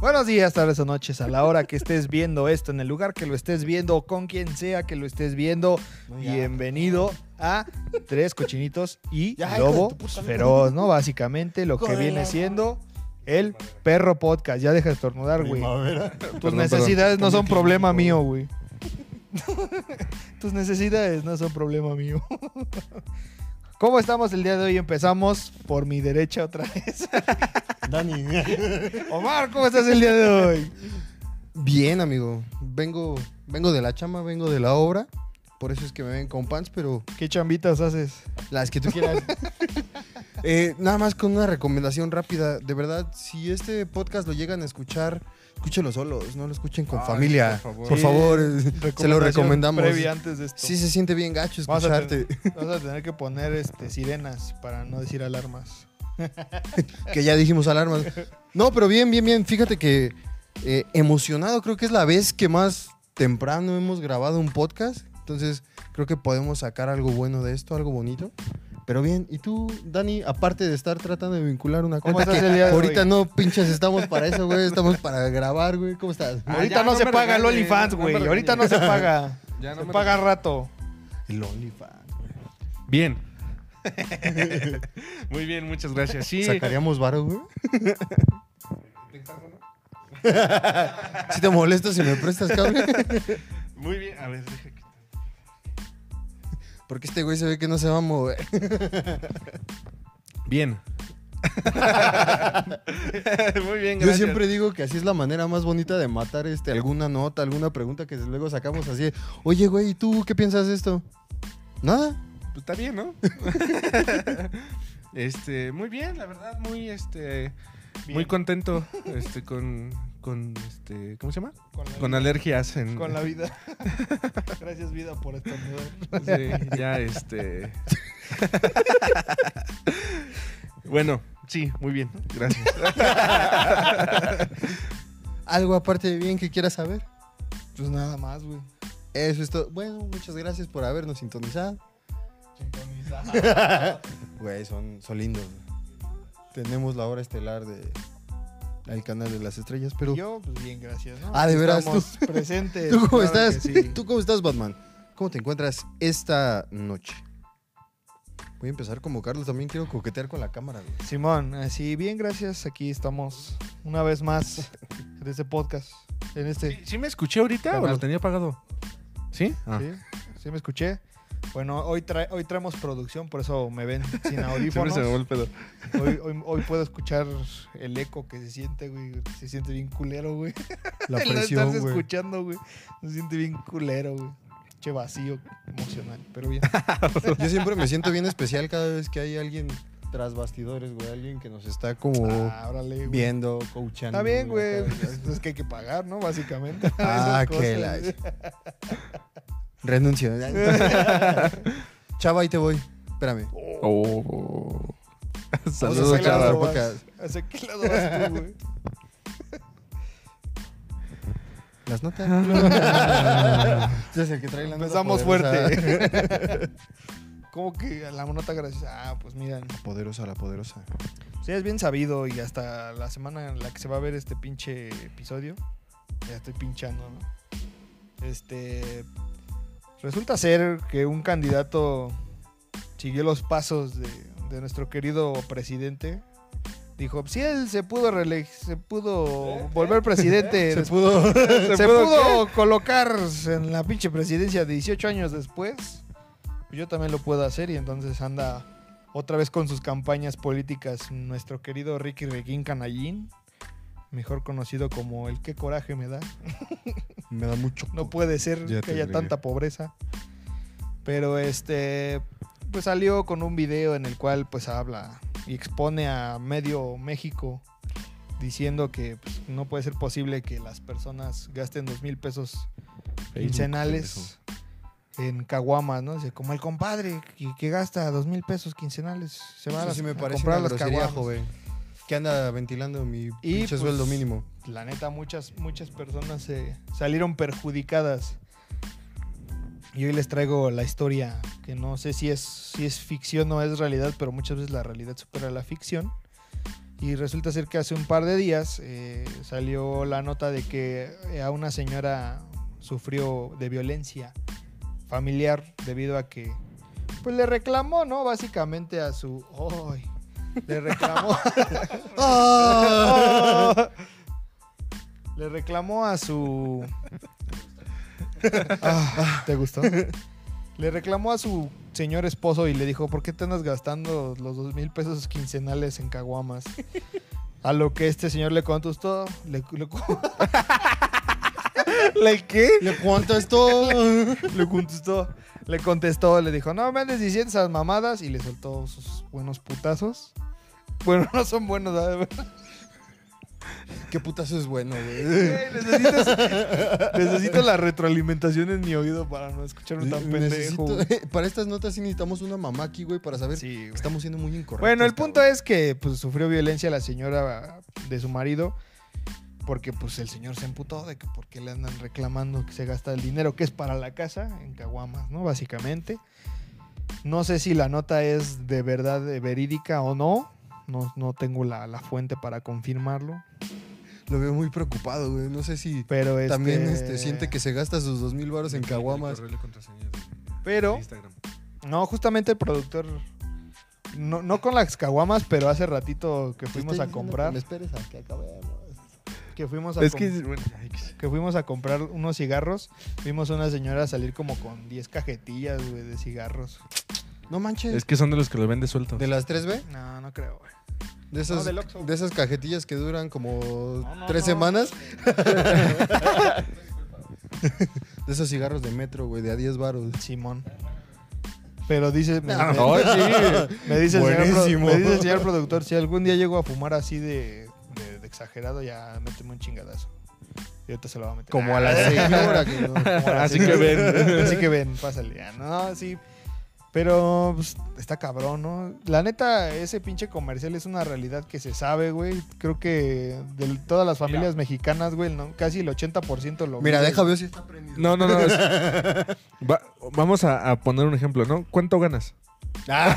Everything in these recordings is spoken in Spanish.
Buenos días, tardes o noches, a la hora que estés viendo esto, en el lugar que lo estés viendo, o con quien sea que lo estés viendo, No, ya. bienvenido a Tres Cochinitos y Ya, hijo de Lobo tu puta madre. Feroz, ¿no? Básicamente lo que Hijo de viene la- siendo el perro podcast. Ya deja de estornudar, güey. Primavera. Tus Perdón, necesidades perdón. no son Ponme problema tiempo. mío, güey. Tus necesidades no son problema mío. ¿Cómo estamos el día de hoy? Empezamos por mi derecha otra vez. Dani. Omar, ¿cómo estás el día de hoy? Bien, amigo. Vengo, vengo de la chama, vengo de la obra. Por eso es que me ven con pants, pero ¿Qué chambitas haces? las que tú quieras. Eh, nada más con una recomendación rápida. De verdad, si este podcast lo llegan a escuchar, escúchenlo solos, no lo escuchen con Ay, familia. por favor. Por Sí, favor, se lo Recomendación recomendamos. Previa antes de esto. Sí, se siente bien gacho Vas a tener- escucharte. Vas a tener que poner este, sirenas para no decir alarmas. que ya dijimos alarmas. No, pero bien, bien, bien. Fíjate que eh, emocionado creo que es la vez que más temprano hemos grabado un podcast. Entonces creo que podemos sacar algo bueno de esto, algo bonito. Pero bien, ¿y tú, Dani, aparte de estar tratando de vincular una ¿Cómo cosa estás que el día de ahorita hoy? no pinches estamos para eso, güey, estamos para grabar, güey. ¿Cómo estás? Ah, Ahorita ya, no, no se me paga el regañes, OnlyFans, no me güey. regañes. Ahorita no se paga. Ya no se me paga rato. El OnlyFans. Bien. Muy bien, muchas gracias. Sí. ¿Sacaríamos varo, güey? Si te molesta si me prestas cable. Muy bien. A ver, deja que- Porque este güey se ve que no se va a mover. Bien. Muy bien, Yo gracias. siempre digo que así es la manera más bonita de matar este, alguna nota, alguna pregunta que luego sacamos así. de, Oye, güey, ¿y tú qué piensas de esto? Nada. Pues está bien, ¿no? este, muy bien, la verdad, muy este. Muy contento. Este, con. Con este. ¿Cómo se llama? Con la, Con alergias en. con la vida. Gracias, vida, por estornudar. Sí, ya este. bueno, sí, muy bien. Gracias. Algo aparte de bien que quieras saber. Pues nada más, güey. Eso es todo. Bueno, muchas gracias por habernos sintonizado. Güey, son, son lindos. Tenemos la hora estelar de el canal de las estrellas, pero Yo, pues bien, gracias, ¿no? Ah, de Aquí veras, estamos presentes. ¿tú cómo claro que estás? sí. ¿Tú cómo estás, Batman? ¿Cómo te encuentras esta noche? Voy a empezar como Carlos, también quiero coquetear con la cámara, güey. Simón, así bien, gracias. Aquí estamos una vez más en este podcast. En este. ¿Sí, sí me escuché ahorita o Canal. lo tenía apagado? ¿Sí? Ah. ¿Sí? ¿Sí me escuché? Bueno, hoy, trae- hoy traemos producción, por eso me ven sin audífonos. el pedo. Hoy, hoy- hoy puedo escuchar el eco que se siente, güey. Se siente bien culero, güey. La El no presión, estarse güey. escuchando, güey. Se siente bien culero, güey. Che vacío emocional, pero bien. Yo siempre me siento bien especial cada vez que hay alguien tras bastidores, güey. Alguien que nos está como Ah, órale, güey. viendo, coachando. Está bien, güey. acá. Es que hay que pagar, ¿no? Básicamente. Ah, Esas qué cosas. la- Renuncio. Chava, ahí te voy. Espérame. Oh. Vamos a Saludos, ¿Hacia qué sacar chaval. lado otro vas? podcast. ¿Hacia qué lado vas tú, güey? Las notas. Tú eres el que trae la nota Empezamos poderosa. fuerte. Como que la nota graciosa. Ah, pues miran. Poderosa, la poderosa. Sí, es bien sabido y hasta la semana en la que se va a ver este pinche episodio. Ya estoy pinchando, ¿no? Este. Resulta ser que un candidato siguió los pasos de, de nuestro querido presidente. Dijo, si él se pudo reele- se pudo volver presidente, ¿Eh? Se des- pudo. se, pudo colocar en la pinche presidencia 18 años después, yo también lo puedo hacer y entonces anda otra vez con sus campañas políticas nuestro querido Ricky Reguín Canallín, mejor conocido como el qué coraje me da. Me da mucho. No puede ser Ya que te haya agregué. tanta pobreza. Pero este pues salió con un video en el cual pues habla y expone a medio México diciendo que pues, no puede ser posible que las personas gasten dos mil pesos quincenales en caguamas, ¿no? Dice, como el compadre que, que gasta dos mil pesos quincenales se va a, Eso las- sí me a parece comprar una las grosería, caguamas. joven. Que anda ventilando mi pinche pues, sueldo mínimo. La neta, muchas, muchas personas se salieron perjudicadas. Y hoy les traigo la historia, que no sé si es, si es ficción o es realidad, pero muchas veces la realidad supera la ficción. Y resulta ser que hace un par de días eh, salió la nota de que eh, a una señora sufrió de violencia familiar debido a que pues le reclamó, ¿no? Básicamente a su... ¡Ay! le reclamó... ¡Ah! le reclamó a su... Ah, ¿Te gustó? Le reclamó a su señor esposo y le dijo, ¿por qué te andas gastando los dos mil pesos quincenales en caguamas? A lo que este señor le contestó, le, le, ¿Le qué? ¿Le cuánto esto? le contestó, le contestó, le dijo, no me andes diciendo esas mamadas y le soltó sus buenos putazos. Bueno, no son buenos, ¿sabes? ¿Qué putazo es bueno, Güey, güey? necesitas- necesito la retroalimentación en mi oído para no escucharme tan pendejo. Necesito- para estas notas sí necesitamos una mamá aquí, güey, para saber Sí, güey. que estamos siendo muy incorrectos. Bueno, el punto cabrón. es que pues, sufrió violencia la señora de su marido porque pues el señor se emputó de que por qué le andan reclamando que se gasta el dinero que es para la casa en caguamas, ¿no? Básicamente. No sé si la nota es de verdad eh, verídica o no. No, no tengo la, la fuente para confirmarlo. Lo veo muy preocupado, güey. No sé si Pero este, también este, siente que se gasta sus dos mil baros en caguamas. Correo y contraseña de- Pero- de Instagram. No, justamente el productor. No, no con las caguamas, pero hace ratito que fuimos Te estoy a diciendo comprar. que me esperes a que acabemos. Que fuimos a Es com- que, bueno, ay, que- que fuimos a comprar unos cigarros, vimos a una señora salir como con 10 cajetillas, güey, de cigarros. No manches. es que son de los que lo vende suelto. ¿De las 3B? No, no creo, güey. De esas, del Oxxo. de esas cajetillas que duran como no, tres no. semanas. de esos cigarros de metro, güey, de a 10 baros. Simón. Pero dice, me, No, me- me dice el señor pro- Buenísimo. me dice el señor productor, si algún día llego a fumar así de, de- de exagerado, ya méteme un chingadazo. Y ahorita se lo va a meter. Ah, Como a la señora que no. Como a la Así que señora. ven. Así que ven, pásale. Ya, no, sí. Pero pues, está cabrón, ¿no? La neta, ese pinche comercial es una realidad que se sabe, güey. Creo que de todas las familias mexicanas, güey, ¿no? casi el 80% lo Mira, vive. deja ver si está prendido. No, no, no. es- Va- vamos a, a poner un ejemplo, ¿no? ¿Cuánto ganas? Ah,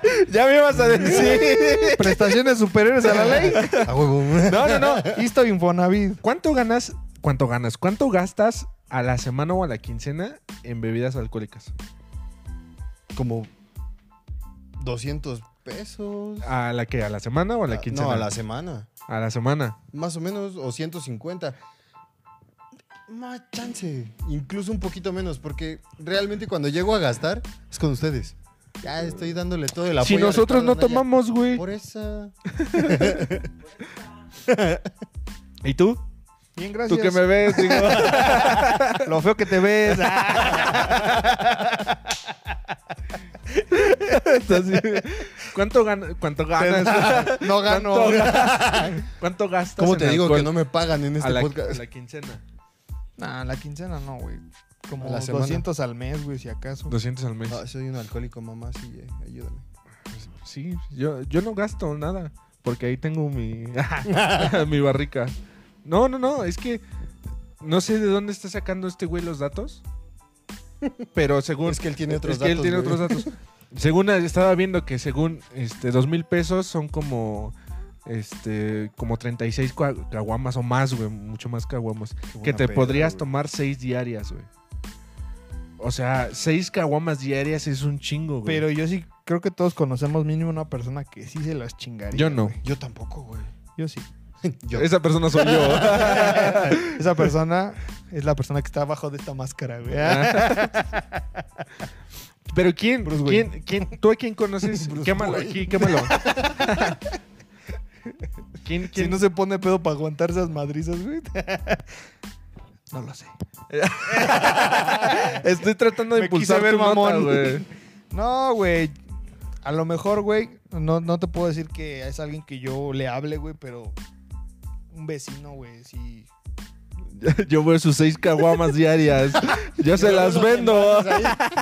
Ya me ibas a decir. Prestaciones superiores a la ley. A huevo. No, no, no. Isto Infonavit. ¿Cuánto ganas? ¿Cuánto ganas? ¿Cuánto gastas a la semana o a la quincena en bebidas alcohólicas? Como 200 pesos. Ah, ¿A la qué? ¿A la semana o a la quincena? Ah, No, a la semana. A la semana. Más o menos, o 150. Más chance. Incluso un poquito menos, porque realmente cuando llego a gastar es con ustedes. Ya estoy dándole todo el apoyo. si a nosotros no Ricardo Anaya. tomamos, güey. Por esa. ¿Y tú? Bien, gracias. Tú que me ves, digo. Lo feo que te ves. Entonces, ¿Cuánto, gana- cuánto ganas? No gano. ¿Cuánto, ga- cuánto gastas? ¿Cómo te en digo alcohol que no me pagan en a, este la, a podcast? la quincena. Nah, la quincena no, güey. Como A la semana. 200 al mes, güey, si acaso. 200 al mes. Ah, soy un alcohólico, mamá, sí, eh, ayúdame. Sí, yo, yo no gasto nada. Porque ahí tengo mi, mi barrica. No, no, no. Es que no sé de dónde está sacando este güey los datos. Pero según. Es que él tiene otros es que él datos, tiene güey. otros datos. Según estaba viendo que según este dos mil pesos son como este como 36 cua- caguamas o más, güey, mucho más caguamas que te podrías tomar seis diarias, güey. O sea, seis caguamas diarias es un chingo, güey. Pero yo sí creo que todos conocemos mínimo una persona que sí se las chingaría. yo no. güey. Yo tampoco, güey. Yo sí. Yo. Esa persona soy yo. Esa persona es la persona que está abajo de esta máscara, güey. Ah. Ah. Pero quién, Bruce Wayne. quién, quién, tú a quién conoces, Bruce quémalo Wayne. aquí, quémalo. ¿Quién, quién? Si no se pone pedo para aguantar esas madrizas, güey. No lo sé. Estoy tratando de Me impulsar quise ver tu nota, mamón. güey. No, güey. A lo mejor, güey, no, no te puedo decir que es alguien que yo le hable, güey, pero un vecino, güey, sí. Yo veo sus seis caguamas diarias. Yo se las vendo.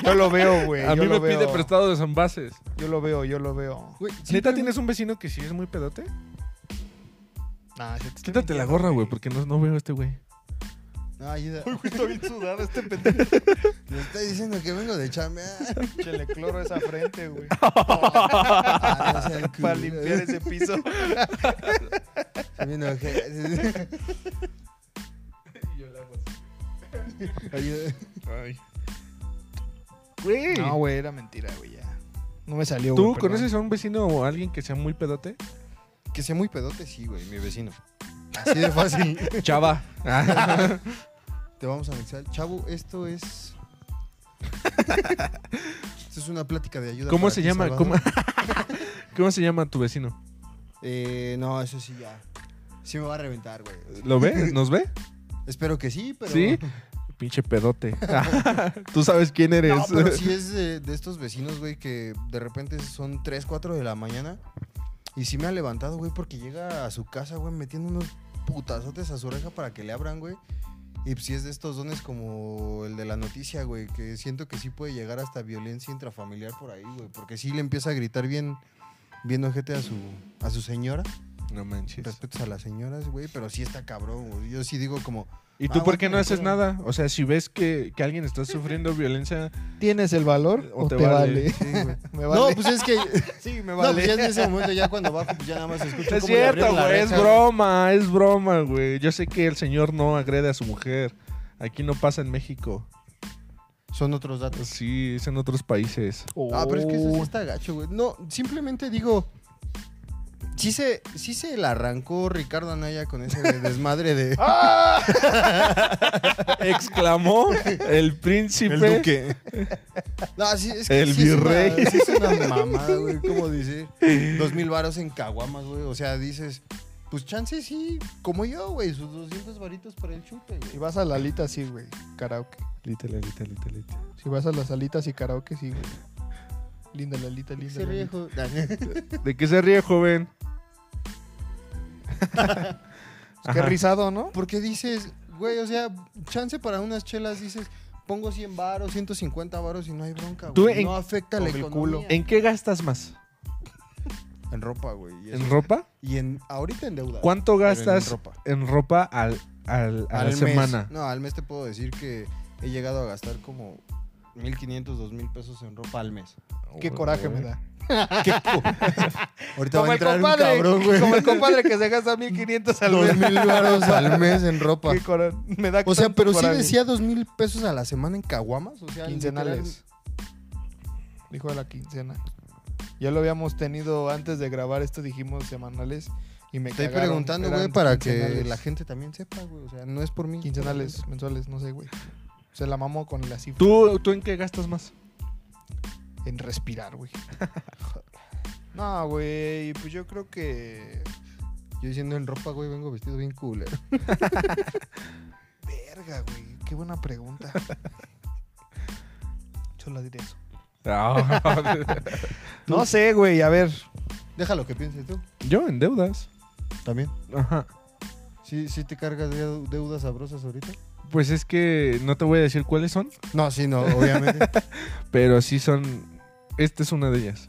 Yo lo veo, güey. A yo mí lo me pide veo. prestado de envases. Yo lo veo, yo lo veo. Güey, ¿Neta siempre- tienes un vecino que sí es muy pedote? Nah, se te estoy Quítate la mintiendo, gorra, güey, porque no, no veo a este güey. No, ayuda. Uy, güey, está bien sudado este pendejo. Le estoy diciendo que vengo de chambear. Échale cloro a esa frente, güey. Ah, no sea el culo. Para limpiar ese piso. Se me enojé. Ayuda. Ay. Güey. No, güey, era mentira, güey, ya. No me salió, ¿Tú güey, perdón. conoces a un vecino o a alguien que sea muy pedote? Que sea muy pedote, sí, güey, mi vecino. Así de fácil. Chava. Te vamos a anexar. Chavo, esto es. esto es una plática de ayuda. ¿Cómo para se ti, llama? ¿Cómo, Salvador. ¿Cómo se llama tu vecino? Eh, no, eso sí ya. Sí me va a reventar, güey. ¿Lo ve? ¿Nos ve? Espero que sí, pero. ¿Sí? Pinche pedote. Tú sabes quién eres. No, pero sí es de, de estos vecinos, güey, que de repente son 3, 4 de la mañana. Y sí me ha levantado, güey, porque llega a su casa, güey, metiendo unos putazotes a su oreja para que le abran, güey. Y pues, sí es de estos dones como el de la noticia, güey, que siento que sí puede llegar hasta violencia intrafamiliar por ahí, güey. Porque sí le empieza a gritar bien, bien ojete a su, a su señora. No manches. Respetos a las señoras, güey, pero sí está cabrón, güey. Yo sí digo como, ¿Y tú Ah, por qué no bueno, haces bueno. nada? O sea, si ves que, que alguien está sufriendo violencia, ¿Tienes el valor o, te, vale? sí, güey. Me No, vale. pues es que... sí, me No, pues vale. ya en ese momento, ya cuando bajo, pues ya nada más escucho Es cómo le cierto, abrieron la güey, es oreja. broma, es broma, güey. Yo sé que el señor no agrede a su mujer. Aquí no pasa en México. Son otros datos. Sí, es en otros países. Ah, pero es que eso sí está gacho, güey. No, simplemente digo... Sí se, sí se la arrancó Ricardo Anaya con ese desmadre de... Ah, Exclamó el príncipe. No, sí, es El sí es una- virrey. sí es una mamada, güey. ¿Cómo dice? Dos mil varos en caguamas, güey. O sea, dices... Pues chance sí, como yo, güey. Sus 200 varitos para el chute, Si güey. vas a la alita, sí, güey. Karaoke. Lita, la lita, lita, lita. Si vas a las alitas y karaoke, sí, güey. Linda la alita, linda Se la ríe, alita. joder. ¿De qué se ríe, joven? Qué Ajá. rizado, ¿no? Porque dices, güey, o sea, chance para unas chelas, dices, pongo 100 varos, 150 varos y no hay bronca, Tú güey. en- No afecta la con el economía. culo. En, ¿En qué gastas más? en ropa, güey. Y, eso. ¿En ropa? Y en, ahorita en deuda. ¿Cuánto Pero en gastas en ropa, ropa. al, al- a la Al mes. semana? No, al mes te puedo decir que he llegado a gastar como 1.500, 2.000 pesos en ropa al mes. Qué coraje me da. ¿Qué co- ahorita va a entrar un cabrón, güey. como el compadre que se gasta 1500 al mes. 2.000 varos al mes en ropa. Qué cora- Me da O sea, tanto pero sí coraje. decía 2.000 pesos a la semana en caguamas. O sea, Quincenales. Dijo de la quincena. Ya lo habíamos tenido antes de grabar esto, dijimos semanales. Y me Estoy cagaron, preguntando, eran güey, para que quincenales. la gente también sepa, güey. O sea, no es por mí. Quincenales, mensuales, no sé, güey. Se la mamó con la cifra. ¿Tú, ¿Tú en qué gastas más? En respirar, güey. no, güey, pues yo creo que... Yo diciendo en ropa, güey, vengo vestido bien cooler. Verga, güey. Qué buena pregunta. Solo diré eso. No sé, güey, a ver. Déjalo que pienses tú. Yo en deudas. También. Ajá. ¿Sí, sí te cargas de deudas sabrosas ahorita? Pues es que no te voy a decir cuáles son, No, sí, no, obviamente. pero sí son. Esta es una de ellas.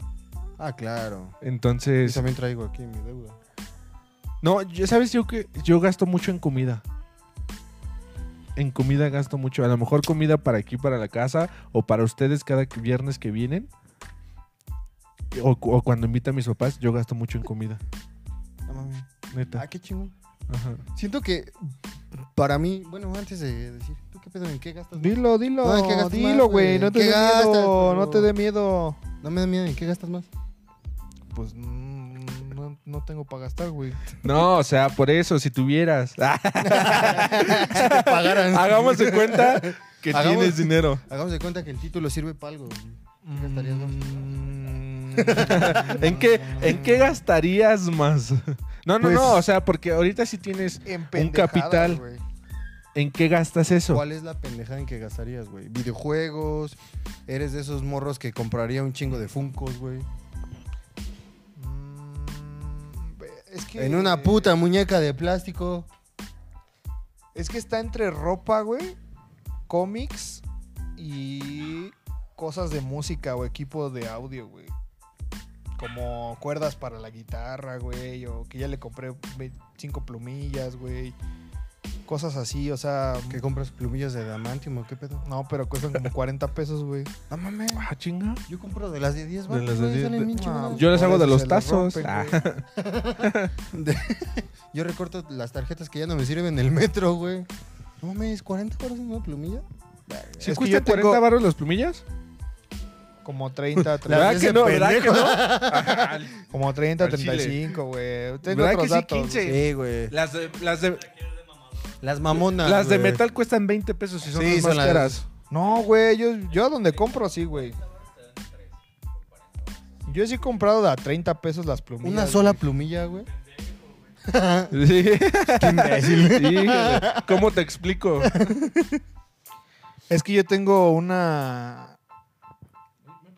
ah, claro. Yo Entonces. también traigo aquí mi deuda. No, yo- ¿sabes yo que yo gasto mucho en comida? En comida gasto mucho. A lo mejor comida para aquí, para la casa, o para ustedes cada que- viernes que vienen. O, cu- o cuando invita a mis papás, yo gasto mucho en comida. No mames. Ah, Neta. qué chingón. Ajá. Siento que para mí, bueno, antes de decir, ¿tú qué pedo? ¿En qué gastas? más? Pues Dilo, dilo. No, es que gastas dilo, más, güey. güey. No te ¿Qué dé gastas, miedo. Ah, pero- No te dé miedo. No me da miedo, ¿en qué gastas más? Pues mm, no, no tengo para gastar, güey. No, o sea, por eso, si tuvieras. Te pagaran. Hagamos de cuenta que Hagamos- tienes dinero. Hagamos de cuenta que el título sirve para algo. ¿Qué gastarías más? Mm, ¿En qué, ¿En qué gastarías más? No, no, Pues- no, o sea, porque ahorita sí tienes... En Un pendejadas, capital. güey. ¿En qué gastas eso? ¿Cuál es la pendejada en que gastarías, güey? ¿Videojuegos? ¿Eres de esos morros que compraría un chingo de Funcos, güey? Mm, Es que, En una puta muñeca de plástico. Es que está entre ropa, güey, cómics y cosas de música o equipo de audio, güey. Como cuerdas para la guitarra, güey, o que ya le compré ve- cinco plumillas, güey. cosas así, o sea... ¿Qué compras? ¿Plumillas de damantium o qué pedo? No, pero cuestan como 40 pesos, güey. No mames. Ah, chinga. Yo compro de las de 10 De varos, las de güey, 10, salen de- bien chingonas. Ah, Yo les por hago eso de los se les tazos. rompen, Ah. güey. De- Yo recorto las tarjetas que ya no me sirven en el metro, güey. No mames, 40 horas en una plumilla. ¿Sí Es que cuesta yo tengo- 40 barros las plumillas? Como 30, La- ¿Verdad de que ese no? ¿Verdad que pendejo. no? Ajá. como 30, Al chile. 35, güey. Tengo ¿Verdad otros que sí, datos, 15? güey. Sí, güey. Las de, las de, Las mamonas. las de güey. metal cuestan 20 pesos y son Sí, las son más las- caras. No, güey, yo, yo a donde compro, sí, güey. Yo sí he comprado de a 30 pesos las plumillas. Una sola plumilla, güey. Sí. Híjole, ¿Cómo te explico? Es que yo tengo una.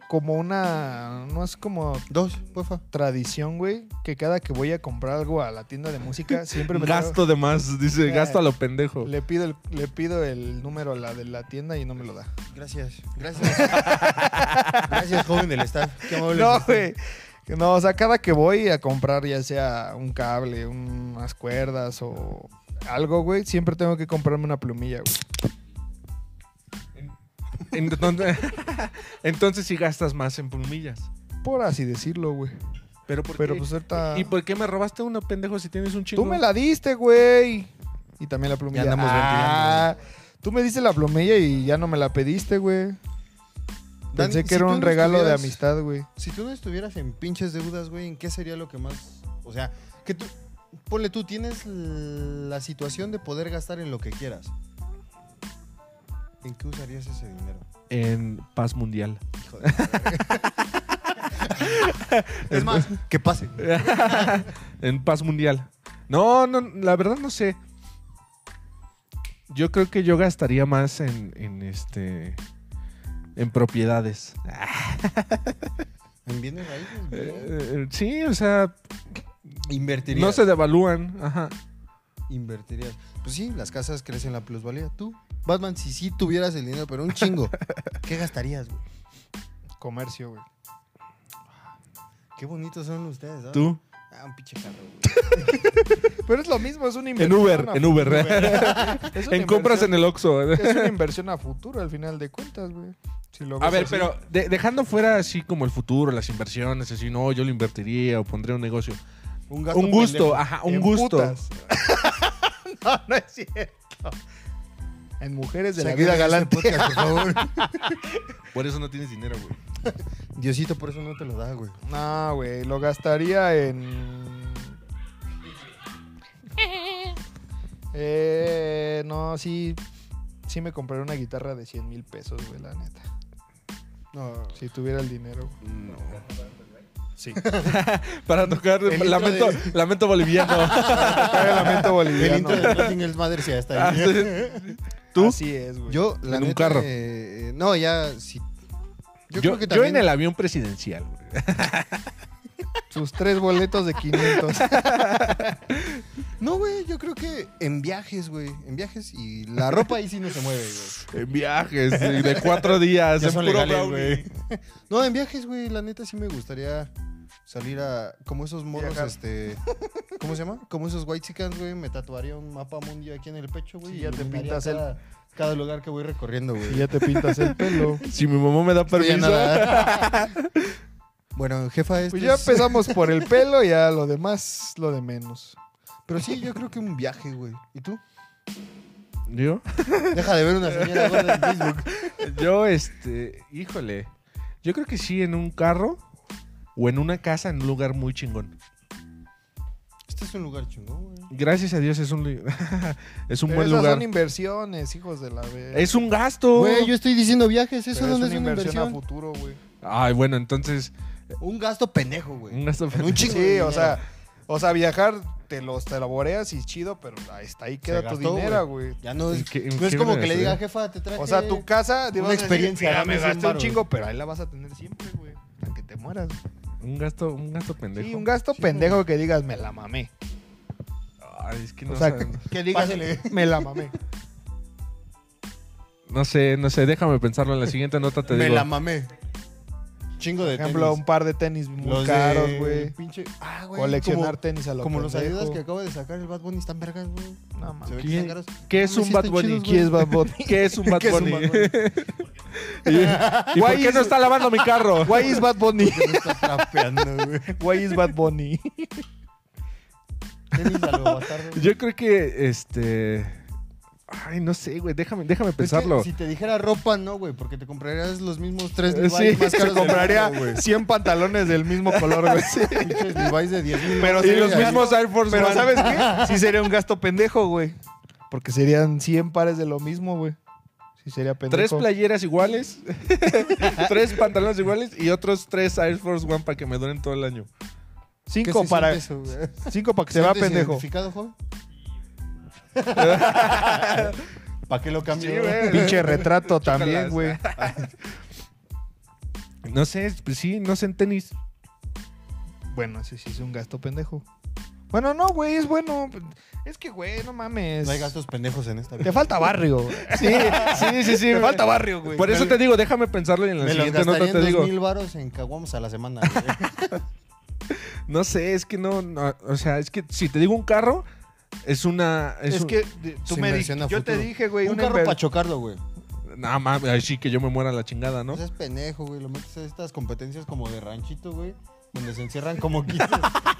Como una. No es como Dos, porfa. tradición, güey. Que cada que voy a comprar algo a la tienda de música, siempre me traigo- gasto de más, dice, gasto a lo pendejo. Le pido, el, le pido el número a la de la tienda y no me lo da. Gracias. Gracias. Gracias, joven del staff. Qué amable. No, güey. No, o sea, cada que voy a comprar ya sea un cable, unas cuerdas o algo, güey, siempre tengo que comprarme una plumilla, güey. Entonces, entonces sí gastas más en plumillas. Por así decirlo, güey. Pero, ¿por Pero qué? pues ahorita... ¿Y por qué me robaste una pendejo si tienes un chingo? Tú me la diste, güey. Y también la plumilla. Ah, Ya andamos Tú me diste la plumilla y ya no me la pediste, güey. Dan, Pensé que si era tú un no regalo estuvieras- de amistad, güey. Si tú no estuvieras en pinches deudas, güey, ¿en qué sería lo que más. O sea, que tú. Ponle tú, tienes la situación de poder gastar en lo que quieras. ¿En qué usarías ese dinero? En paz mundial. Hijo de la verga. es más, que pase. en paz mundial. No, no, la verdad no sé. Yo creo que yo gastaría más en, en este. En propiedades. En bienes raíces, Eh, güey. eh, sí, o sea, Invertirías. no se devalúan. Ajá. Invertirías. Pues sí, las casas crecen la plusvalía. Tú, Batman, si sí tuvieras el dinero, pero un chingo, ¿qué gastarías, güey? Comercio, güey. Qué bonitos son ustedes, ¿sabes? Tú. Ah, un pinche carro, güey. Pero es lo mismo, es una En inversión. Uber, a en futuro. Uber. Es una en compras en inversión- el Oxxo. Es una inversión a futuro, al final de cuentas, güey. Si lo A ves ver, así. pero de- dejando fuera así como el futuro, las inversiones, así, no, yo lo invertiría o pondría un negocio. gasto Un gusto, pendejo. ajá, un En gusto. putas. no, no es cierto. En mujeres de la Saquen vida este galante. podcast, por favor. Por eso no tienes dinero, güey. Diosito, por eso no te lo da, güey. No, güey, lo gastaría en... Eh, no, sí, sí me compraré una guitarra de 100 mil pesos, güey, la neta. No. Si tuviera el dinero. güey. No. Sí. Para tocar El intro lamento, de- lamento boliviano. Ah. Cabe el lamento El boliviano. intro de Nothing Else Matters ya está Ah, ahí. ¿Tú? Así es, güey. Ah. Yo, la En un neta, carro. eh, eh, no, ya, sí. Yo, creo que yo también- en el avión presidencial, güey. Sus tres boletos de 500. No, güey, yo creo que en viajes, güey. En viajes y la ropa ahí sí no se mueve, güey. En viajes sí, de cuatro días. Ya en son puro legales, brownie. güey. No, en viajes, güey, la neta sí me gustaría salir a. Como esos morros, Viajar. este. ¿Cómo se llama? Como esos white chicans, güey. Me tatuaría un mapa mundial aquí en el pecho, güey. Sí, y ya te iluminaría pintas el- cada, cada lugar que voy recorriendo, güey. y ya te pintas el pelo. Si mi mamá me da Pero ya permiso. nada. bueno, jefa, esto Pues ya Este es- empezamos por el pelo y ya lo demás, lo de menos. Pero sí, yo creo que un viaje, güey. ¿Y tú? ¿Yo? Deja de ver una señora gorda en Facebook. Yo, este, híjole. Yo creo que sí, en un carro o en una casa en un lugar muy chingón. Este es un lugar chingón, güey. Gracias a Dios es un, li- es un Pero buen esas lugar. son inversiones, hijos de la verga. Es un gasto. Güey, yo estoy diciendo viajes. Pero ¿Eso dónde es una a inversión? futuro, güey. Ay, bueno, entonces. Un gasto pendejo, Un güey. gasto. En un chingo. Sí, de o dinero. sea, o sea, viajar te los te la boreas y chido, pero ahí, está, ahí queda tu gastó, dinero, güey. Ya no ¿En es, qué- en no es qué como me que le gasté? diga, jefa, te traje. O sea, tu casa, te Una vas a decir, experiencia, "Mira, dame me 100 gasté un varos". chingo, pero ahí la vas a tener siempre, güey. Hasta que te mueras. Un gasto, un gasto pendejo. Sí, un gasto Sí, pendejo que digas, me la mamé. Ay, es que no, o sea, saben. Que pásale, me la mamé. no sé, no sé, déjame pensarlo en la siguiente nota te Me digo. la mamé. Chingo Por de ejemplo, tenis. un par de tenis muy Los de- caros, güey. pinche- Ah, güey, Coleccionar como- tenis a lo Como los pendejo. Adidas que acaba de sacar el Bad Bunny están vergas, güey. No Se mames. ve que están ¿Quién- caros. ¿Qué es Mames, un sí Bad están Bunny? chidos, ¿Quién es Bad Bunny? ¿Qué es un Bad ¿Qué es un Bunny? Bad Bunny? ¿Y por qué no está lavando mi carro? Why is Bad Bunny? Que no está trapeando, güey. Why is Bad Bunny? Tenis a lo bastardo. güey. Yo creo que este. Ay, no sé, güey. Déjame, déjame Es que pensarlo. si te dijera ropa, no, güey, porque te comprarías los mismos tres Eh, Levi's sí, más caros. Se del compraría mundo, güey. 100 pantalones del mismo color, güey. Pinches Levi's de 10 mil. Pero y sí, los ya. mismos Air Force Pero One. ¿sabes qué? Sí sería un gasto pendejo, güey. Porque serían 100 pares de lo mismo, güey. Sí sería Tres pendejo. playeras iguales, tres pantalones iguales y otros tres Air Force One para que me duren todo el año. cinco para, cinco para que se vea pendejo. ¿Para qué lo cambió? Sí, güey. Pinche retrato Chócalas. también, güey. No sé, pues sí, no sé en tenis. Bueno, sí, sí es un gasto pendejo. Bueno, no, güey, es bueno. Es que, güey, no mames. No hay gastos pendejos en esta Te vida. falta barrio. güey. Sí, sí, sí, sí. Te güey. falta barrio, güey. Por eso te digo, déjame pensarlo y en la Me los siguiente nota gastaría te en digo. dos mil varos en caguamos a la semana. güey. No sé, es que no, no, o sea, es que si te digo un carro, es una... Es, Es, un- que de- tú su me dijiste. inversión a Yo te futuro. dije, güey, Un una carro inver- para chocarlo, güey. Nada más, así que yo me muera la chingada, ¿no? No seas pendejo, güey. Lo metes a estas competencias como de ranchito, güey. Donde se encierran como 15.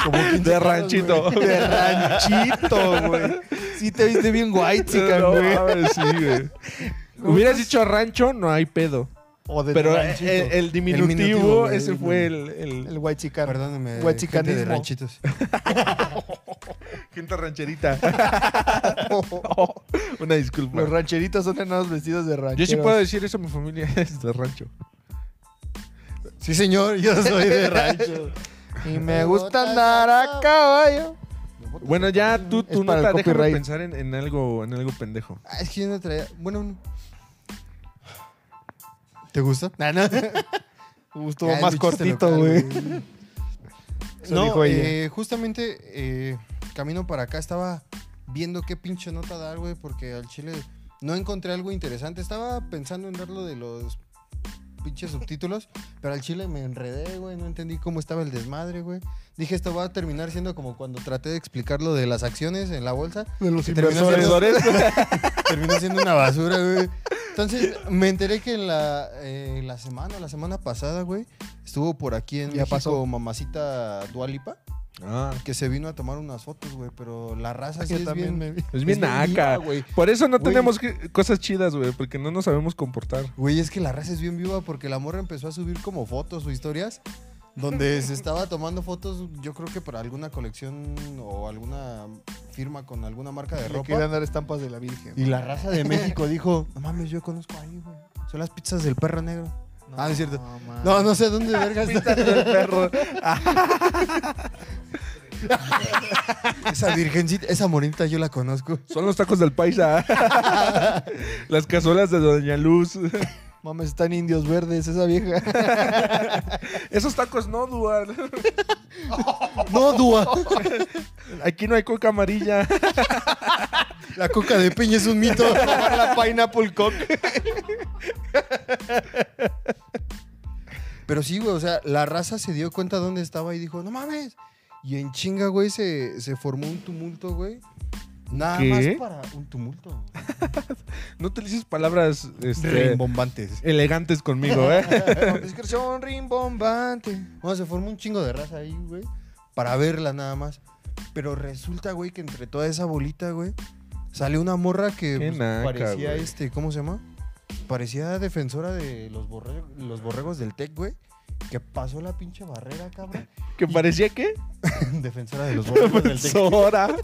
como 15 De carros, ranchito. güey. De ranchito, güey. Sí te viste bien white, chica, No, güey. mames, sí, güey. Hubieras dicho rancho, no hay pedo. O de Pero eh, el, ranchito. el diminutivo, Pues minutivo, güey, ese no. fue el, el- El white chican. Perdóname. Huachicanismo. gente de ranchitos. Gente rancherita. Una disculpa. Los rancheritos son enanos vestidos de rancheros. Yo sí puedo decir eso, mi familia es de rancho. Sí, señor. Yo soy de rancho. Y me gusta andar a caballo. Bueno, ya tú, Es tú para el nota, déjame copyright. pensar en, en algo, en algo pendejo. Ah, es que yo no traía. Bueno, no. ¿Te gusta? Ah, no. Uh, Estuvo Ya, es más mi chiste cortito, local, güey. Eso No, dijo ella. eh, justamente eh, camino para acá estaba viendo qué pinche nota dar, güey, porque al chile no encontré algo interesante. Estaba pensando en dar lo de los pinches subtítulos, pero al chile me enredé, güey, no entendí cómo estaba el desmadre, güey. Dije, esto va a terminar siendo como cuando traté de explicar lo de las acciones en la bolsa. De los que terminó inversores. siendo- Terminó siendo una basura, güey. Entonces, me enteré que en la, eh, la semana, la semana pasada, güey, estuvo por aquí en Ya México pasó. mamacita Dualipa, Ah, que se vino a tomar unas fotos, güey, pero la raza sí Ah, Yo es también me bien... vi. es bien naca. viva, güey. Por eso no Güey. tenemos que- cosas chidas, güey, porque no nos sabemos comportar. Güey, es que la raza es bien viva porque la morra empezó a subir como fotos o historias donde se estaba tomando fotos, yo creo que para alguna colección o alguna firma con alguna marca de Le ropa. querían dar estampas de la Virgen. Y la raza de México dijo, no mames, yo conozco ahí, güey. Son las pizzas del perro negro. ah, es cierto. mames. No, no sé dónde vergas. El perro. esa virgencita, esa morinita yo la conozco. Son los tacos del paisa. Las cazuelas de Doña Luz. Mames, están indios verdes, esa vieja. Esos tacos no, Duar. No, Dúa. Aquí no hay coca amarilla. La coca de piña es un mito. la pineapple coke. Pero sí, güey, o sea, la raza se dio cuenta dónde estaba y dijo, no mames. Y en chinga, güey, se, se formó un tumulto, güey. Nada ¿Qué? más para un tumulto. No utilices palabras este, Rimbombantes. elegantes conmigo, ¿eh? Discreción rimbombante. Bueno, se formó un chingo de raza ahí, güey, para verla nada más. Pero resulta, güey, que entre toda esa bolita, güey, salió una morra que Qué pues, naca, parecía, güey. este, ¿cómo se llama? Parecía defensora de los, borre- los borregos del TEC, güey, que pasó la pinche barrera, cabrón. Que parecía que. defensora de los borregos del TEC. Profesora.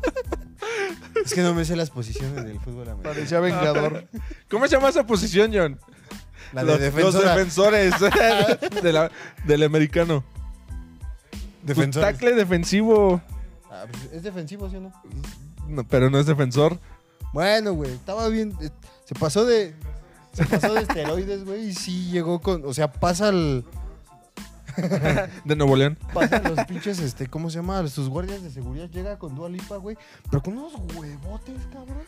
Es que no me sé las posiciones del fútbol americano. Parecía vengador. ¿Cómo se llama esa posición, John? La los, de defensora. los defensores de la- del americano. Pues, defensores. tackle defensivo. Ah, pues, es defensivo, ¿sí o no? No, pero no es defensor. Bueno, güey, estaba bien. eh, Se pasó de. Se pasó de esteroides, güey, y sí llegó con. O sea, pasa al. De Nuevo León. Pasa los pinches, este, ¿cómo se llama? Sus guardias de seguridad. Llega con Dua Lipa, güey. Pero con unos huevotes, cabrón.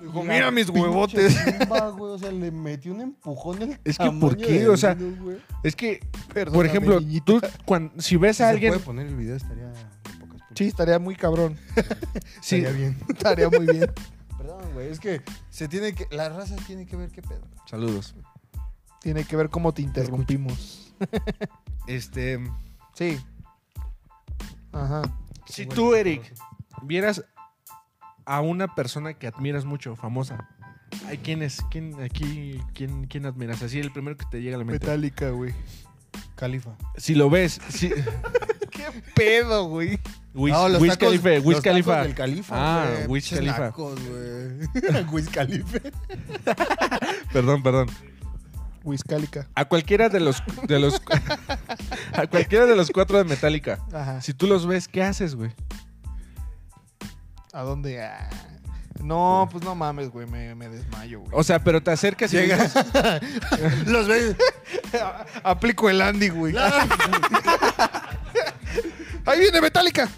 Dijo, La mira mis pinche huevotes. tumba, güey, o sea, le metió un empujón del Es que, ¿por tamaño qué? del O sea, dedo, güey. Es que, por Perdóname, ejemplo, niñita. tú, cuando, si ves Si a se alguien, puede poner el video, estaría... en pocas Sí, estaría muy cabrón. si, Estaría bien. Estaría muy bien. Perdón, güey, es que se tiene que... La raza tiene que ver qué pedo. saludos. Tiene que ver cómo te interrumpimos. Este, Sí. Ajá. si Igual tú, que Eric, vieras a una persona que admiras mucho, famosa, ay, ¿quién es? ¿Quién aquí? ¿Quién, quién admiras? Así el primero que te llega a la mente. Metálica, güey. Califa. Si lo ves, si, ¿Qué pedo, güey? Wiz, No, los Wiz tacos- Khalifa, Wiz los tacos Khalifa. del Khalifa, Ah, güey, Wiz pinches Khalifa. Tacos, güey. Wiz Khalifa. Perdón, perdón. Whiskalica. A cualquiera de los de los a cualquiera de los cuatro de Metallica. Ajá. Si tú los ves, ¿qué haces, güey? ¿A dónde? Ah. No, pues no mames, güey. Me, me desmayo, güey. O sea, pero te acercas y dices, Los ves. Aplico el Andy, güey. Ahí viene Metallica.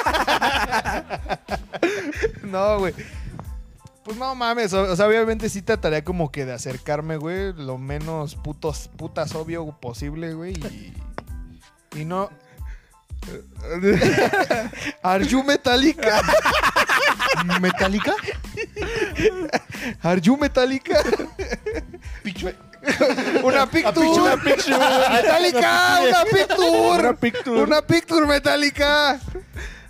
no, güey. Pues no mames, o o sea, obviamente sí trataría como que de acercarme, güey, lo menos putos, putas obvio posible, güey, y, y no... Are you Metallica? ¿Metálica? Are you Metallica? Una picture. picture, Una picture. Metallica, una picture. Una picture. Una picture metálica.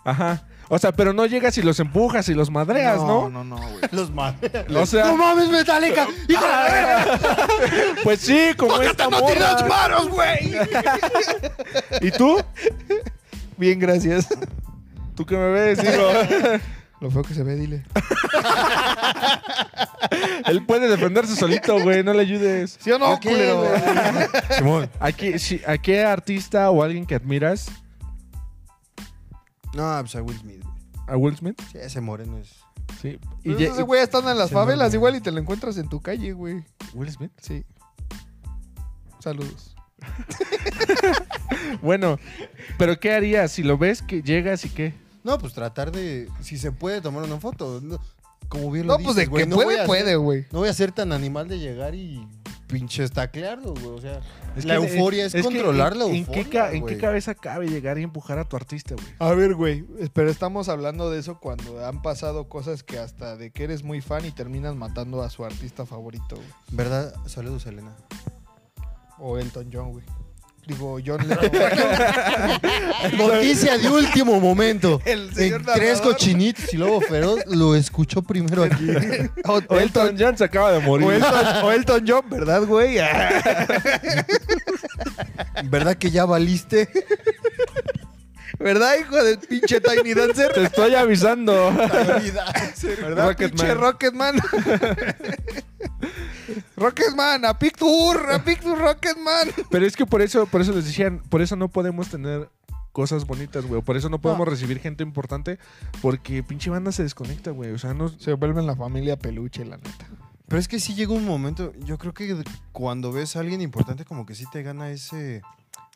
Ajá. O sea, pero no llegas y los empujas y los madreas, ¿no? No, no, güey. Los madres. O sea, ¡No mames, Metálica! ¡Hijo de la verga! pues sí, como esta ¡No tiras morra. manos, güey! ¿Y tú? Bien, gracias. ¿Tú qué me ves? Digo, Lo feo que se ve, dile. él puede defenderse solito, güey, no le ayudes. ¿Sí o no, Ok, culero? güey. Simón, ¿a qué, si- a qué artista o alguien que admiras? No, pues a Will Smith, güey. ¿A Will Smith? Sí, ese moreno es... Sí. Y Pues ye- esos güeyes están en las Sí, favelas no, igual y te lo encuentras en tu calle, güey. ¿Will Smith? Sí. Saludos. Bueno, pero ¿qué harías si lo ves que llegas y qué? No, pues tratar de... Si se puede tomar una foto. No, como bien lo No, pues de dices, güey, que no voy a puede, hacer- puede, güey. No voy a ser tan animal de llegar y pinche estaclearlo, güey. O sea, Es la que- euforia es, que controlar en- la ¿en euforia, qué, ca- ¿En güey. qué cabeza cabe llegar y empujar a tu artista, güey? A ver, güey, pero estamos hablando de eso cuando han pasado cosas que hasta de que eres muy fan y terminas matando a su artista favorito, güey. ¿Verdad? Saludos, Elena. O Elton John, güey. Digo, John Lennon. Noticia de último momento. El señor En tres narrador. cochinitos y lobo feroz lo escuchó primero aquí. o, O Elton, Elton John se acaba de morir. o Elton- o Elton John, ¿verdad, güey? ¿Verdad que ya valiste? ¿Verdad, hijo del pinche Tiny Dancer? Te estoy avisando. ¿Verdad, Rocketman. pinche Rocketman? Rocketman, a Picture, a Picture Rocketman. Pero es que por eso, por eso les decían, por eso no podemos tener cosas bonitas, güey. Por eso no podemos recibir gente importante. Porque pinche banda se desconecta, güey. O sea, no. Se vuelven la familia peluche, la neta. Pero es que sí llega un momento. Yo creo que de- cuando ves a alguien importante, como que sí te gana ese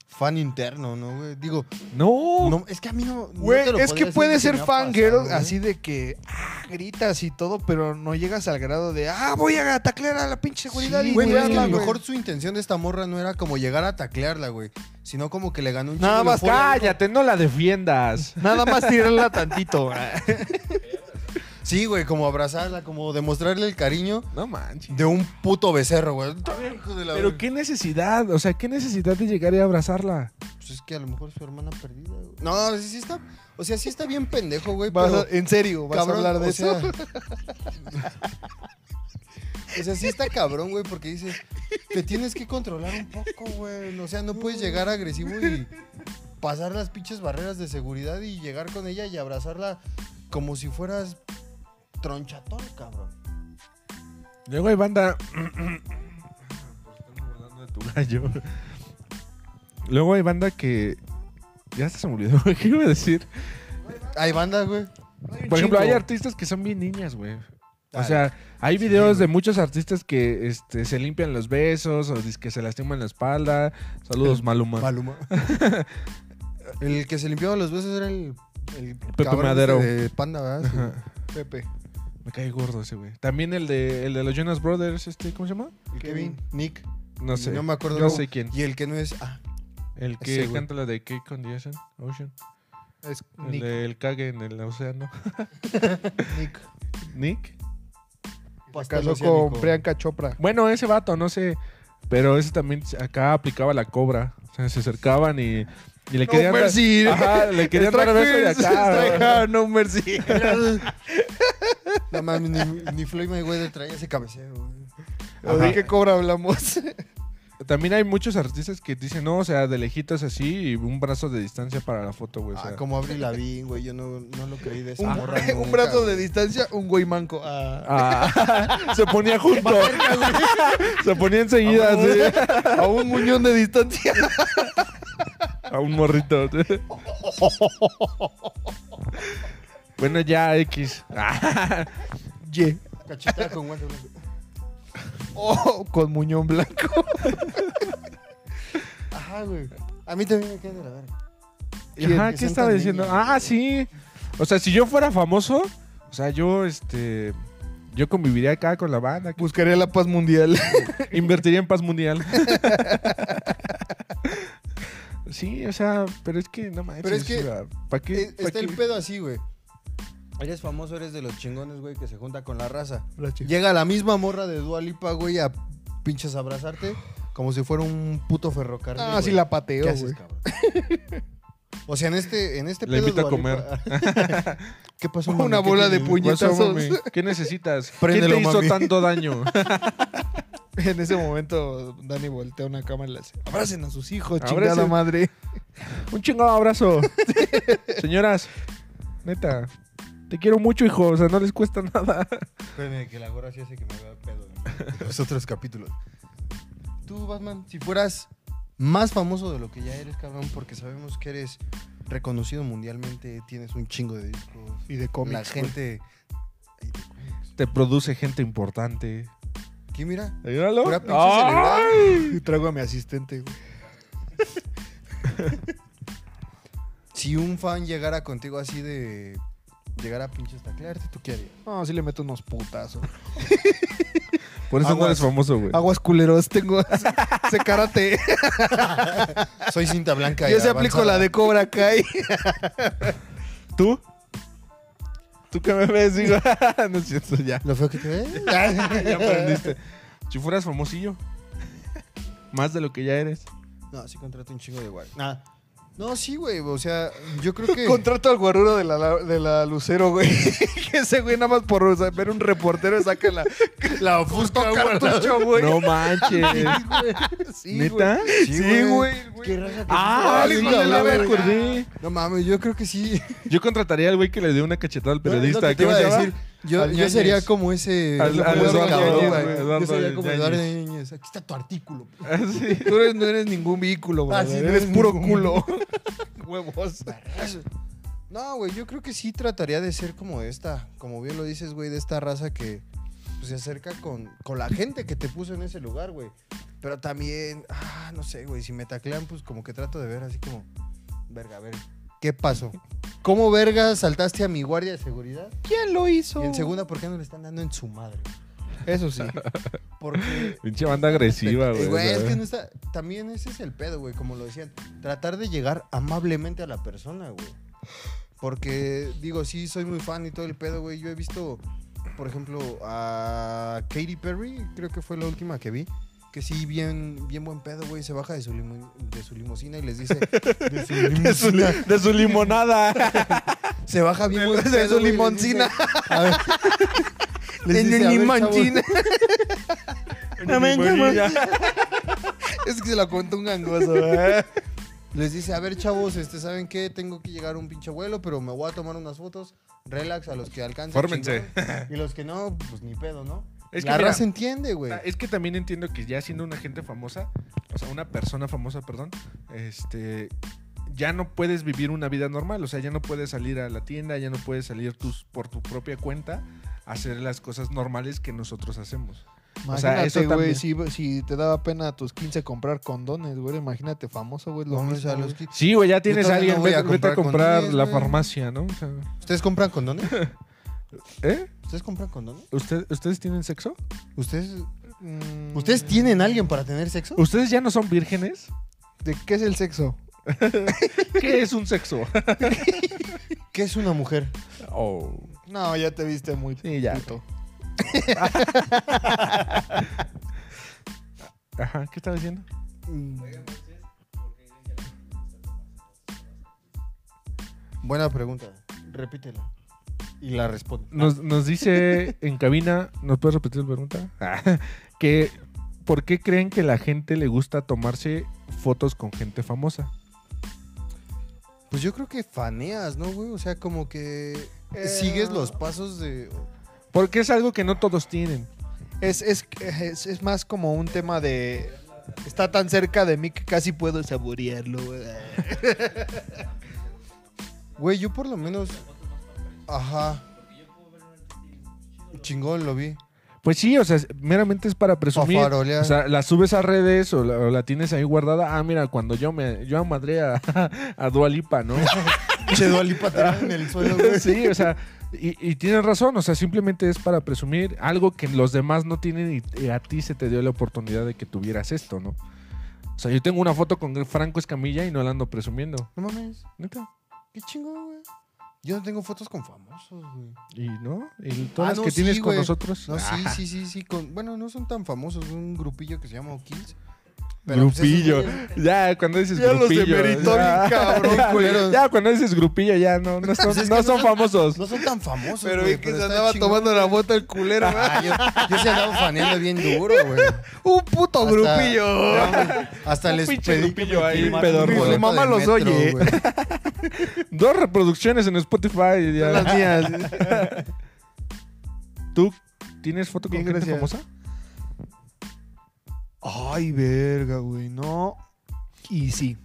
fan interno, ¿no, güey? Digo, No. no, es que a mí no. no Güey, te lo es podría que decir puede que ser me ha fangirl pasado, güey. así de que ah, gritas y todo, pero no llegas al grado de ah, voy a taclear a la pinche seguridad Sí, y güey, es que cuidarla, a lo güey. mejor su intención de esta morra no era como llegar a taclearla, güey. Sino como que le ganó un Nada chingo de más euforia, güey. Cállate, no la defiendas. Nada más tirarla tantito. Sí, güey, como abrazarla, como demostrarle el cariño No manches. de un puto becerro, güey. Hijo de la Pero verga. qué necesidad, o sea, qué necesidad de llegar y abrazarla. Pues es que a lo mejor su hermana perdida, güey. No, sí, sí está. O sea, sí está bien pendejo, güey. Vas pero, a- en serio, vas cabrón, a hablar de o eso. sea- O sea, sí está cabrón, güey, porque dices, te tienes que controlar un poco, güey. O sea, no puedes llegar agresivo y pasar las pinches barreras de seguridad y llegar con ella y abrazarla como si fueras tronchatón, cabrón. Luego hay banda. Estamos hablando de tu gallo. Luego hay banda que. Ya hasta se me olvidó, ¿qué iba a decir? Hay banda, güey. Por ejemplo, hay chingo. artistas que son bien niñas, güey. O Ay, sea, hay videos de muchos artistas que este, se limpian los besos o que se lastiman la espalda. Saludos, Maluma. Paloma. el que se limpiaba los besos era el, el Pepe cabrón Madero. este de panda, ¿verdad? Sí. Ajá. Pepe. Me cae gordo ese, güey. También el de, el de los Jonas Brothers, este, ¿cómo se llama? El Kevin, Nick. No sé. No me acuerdo. No cómo. sé quién. Y el que no es. Ah, El que ese, güey. canta la de Cake on the Ocean. Ocean. Es El Nick. del cague en el océano. Nick. Nick. Se pastel casó oceánico. con Priyanka Chopra. Bueno, ese vato, no sé. Pero ese también acá aplicaba la cobra. O sea, se acercaban y, y le No querían. dar- mercy. Ajá, le querían dar Strike beso de first, strike acá. hard, no mercy. no mames, ni, ni Floyd Mayweather traía ese cabeceo, güey. ¿O Ajá. de qué cobra hablamos? También hay muchos artistas que dicen, no, o sea, de lejitos así y un brazo de distancia para la foto, güey. o sea. Ah, como Avril Lavigne, güey. Yo no, no lo creí de esa un, morra nunca, un brazo de güey. distancia, un güey manco. Ah. Ah, se ponía junto. se ponía enseguida Ah, así, A un muñón de distancia. a un morrito. bueno, ya X. Ye. Cachetada con guante blanco. Oh, con muñón blanco. Ajá, güey. A mí también me queda de la verga. Y, ajá, Que ¿qué son estaba tan diciendo? niños. Ah, sí. O sea, si yo fuera famoso, o sea, yo este yo conviviría acá con la banda, Buscaría la paz mundial. Invertiría en paz mundial. sí, o sea, pero es que no manches. Pero es que- ¿Para qué? Eh, pa' Está el qué? pedo así, güey. Eres famoso, eres de los chingones, güey, que se junta con la raza. Llega la misma morra de Dua Lipa, güey, a pinches abrazarte como si fuera un puto ferrocarril. Ah, güey. sí la ¿Qué pateo, haces, güey. cabrón? O sea, en este, en este La invito a Dua Lipa- ¿Qué pasó, mami? Una ¿Qué bola de tiene? puño. Pasó, puñetazos. mami. ¿Qué necesitas? Préndelo, ¿Quién te mami. hizo tanto daño? En ese momento, Dani voltea una cámara y le dice: Abracen a sus hijos, Abracen. chingada madre. Ah, Un chingado abrazo. Señoras, neta, te quiero mucho, hijo. O sea, no les cuesta nada. Espérame, que la gorra sí hace que me vea pedo. güey. Los otros capítulos. Tú, Batman, si fueras más famoso de lo que ya eres, cabrón, porque sabemos que eres reconocido mundialmente, tienes un chingo de discos. Y de cómics. pues. la gente. Te produce gente importante. ¿Qué mira? Míralo. Pura pinche Ay. güey. Y traigo a mi asistente, güey. Si un fan llegara contigo así de. Llegara a pinches taclearte, ¿tú qué harías? No, sí le meto unos putazos. Por eso no Aguas. eres famoso, güey. Aguas culeros, tengo ese karate. Soy cinta blanca. Yo se aplico la de Cobra Kai. ¿Tú? ¿Tú qué me ves? Digo, ah, no es cierto, ya. ¿Lo feo que te ve? ya aprendiste. Si fueras famosillo, más de lo que ya eres. No, sí contrato un chingo de guay. No, sí, güey. O sea, yo creo que. Contrato al guarruro de la, de la Lucero, güey. Que ese güey nada más por ver un reportero saca la, la ofusca, cartucho, güey. No manches. Sí, güey. ¿Neta? Sí, güey. Qué raza que Ah, sí, sí, güey, ya la me verga. acordé. No mames, yo creo que sí. Yo contrataría al güey que le dio una cachetada al No, periodista. es lo que te ¿Qué iba me a llama? decir. Yo, Al yo Ñañez. sería como ese. Al- yo al sería Eduardo cabrón, Ñañez, güey. güey, Yo Eduardo sería como Ñañez. Eduardo Ñañez. Aquí está tu artículo. Ah, sí. Tú eres- no eres ningún vehículo, güey. Ah, sí, no eres eres puro ningún- culo. Huevos. Eso. No, güey, yo creo que sí trataría de ser como esta, como bien lo dices, güey, de esta raza que pues, se acerca con, con la gente que te puso en ese lugar, güey. Pero también, ah, no sé, güey, si me taclean, pues como que trato de ver así como, verga, a ver, ¿qué pasó? ¿Cómo verga saltaste a mi guardia de seguridad? ¿Quién lo hizo? Y en segunda, ¿por qué no le están dando en su madre? Eso sí. Porque Pinche banda agresiva, Eh, güey. güey, es ¿sabes? que no está. También ese es el pedo, güey, como lo decían. Tratar de llegar amablemente a la persona, güey. Porque, digo, sí, soy muy fan y todo el pedo, güey. Yo he visto, por ejemplo, a Katy Perry, creo que fue la última que vi. Que sí, bien, bien buen pedo, güey. Se baja de su, limo- de su limusina y les dice. De su limusina. De su, li- de su limonada. Se baja bien buen de pedo, su güey, les limoncina. dice, a ver. Les En dice, un "A ver, limoncina". chavos, Es que se la cuenta un gangoso, ¿eh? Les dice, a ver, chavos, este, ¿saben qué? Tengo que llegar a un pinche vuelo, pero me voy a tomar unas fotos. Relax a los que alcancen. Fórmense. chingón. Y los que no, pues ni pedo, ¿no? Es que la mira, raza entiende, güey. Ah, Es que también entiendo que ya siendo una gente famosa, o sea, una persona famosa, perdón, este, ya no puedes vivir una vida normal, o sea, ya no puedes salir a la tienda, ya no puedes salir tus, por tu propia cuenta a hacer las cosas normales que nosotros hacemos. O sea, Imagínate, eso güey, si, también. si te daba pena a tus 15 comprar condones, güey. Imagínate, famoso, güey. Lo No, o mismo, sea, los güey. que- Sí, güey, ya tienes todavía a alguien, no voy vete, a vete a comprar comprar condones, la güey. farmacia, ¿no? O sea, ¿Ustedes compran condones? ¿Eh? ¿Ustedes compran condones? ¿Usted- ¿Ustedes tienen sexo? ¿Ustedes, Mm, ¿Ustedes tienen alguien para tener sexo? ¿Ustedes ya no son vírgenes? ¿De qué es el sexo? ¿Qué es un sexo? ¿Qué es una mujer? Oh. No, ya te viste muy Sí, ya. puto. Ajá, ¿qué estaba diciendo? Buena pregunta. Repítela. Y la responde. Nos, nos dice en cabina, ¿nos puedes repetir la pregunta? Ah, que ¿por qué creen que la gente le gusta tomarse fotos con gente famosa? Pues yo creo que faneas, ¿no, güey? O sea, como que Eh, sigues los pasos de... Porque es algo que no todos tienen. Es, es, es, es más como un tema de. Está tan cerca de mí que casi puedo saborearlo. Güey, yo por lo menos... Ajá. Chingón, lo vi. Pues sí, o sea, es- meramente es para presumir. O farolear. O sea, la subes a redes o la, o la tienes ahí guardada. Ah, mira, cuando yo me yo amadré a, a Dualipa, ¿no? Che, Dualipa en el suelo, güey. sí, o sea, y, y tienes razón, o sea, simplemente es para presumir algo que los demás no tienen y, y a ti se te dio la oportunidad de que tuvieras esto, ¿no? O sea, yo tengo una foto con Franco Escamilla y no la ando presumiendo. No mames. ¿Neta? Qué chingón, güey. Yo no tengo fotos con famosos, güey. ¿Y no? ¿Y todas Ah, las no, que sí, tienes con güey. nosotros? No, sí, Ah, sí, sí, sí. Con, bueno, no son tan famosos. Un grupillo que se llama O'Kills. pues, grupillo. ya, cuando dices grupillo. ya, cabrón, culeros. Ya, cuando dices grupillo, ya no, no son, Pues es que no son famosos. No son tan famosos. Pero güey, vi que se está andaba chingón. tomando la bota el culero. Ah, yo, yo se andaba faneando bien duro, güey. ¡Un puto Hasta- Oh, grupillo! Hasta Un les pinche pedí grupillo me ahí, firmaran pedorro. un Mi boleto mamá del los metro, oye. güey. Dos reproducciones en Spotify. y ya. Las mías. ¿Tú tienes foto con Bien, gente gracias. famosa? Ay, verga, güey. No. Y sí.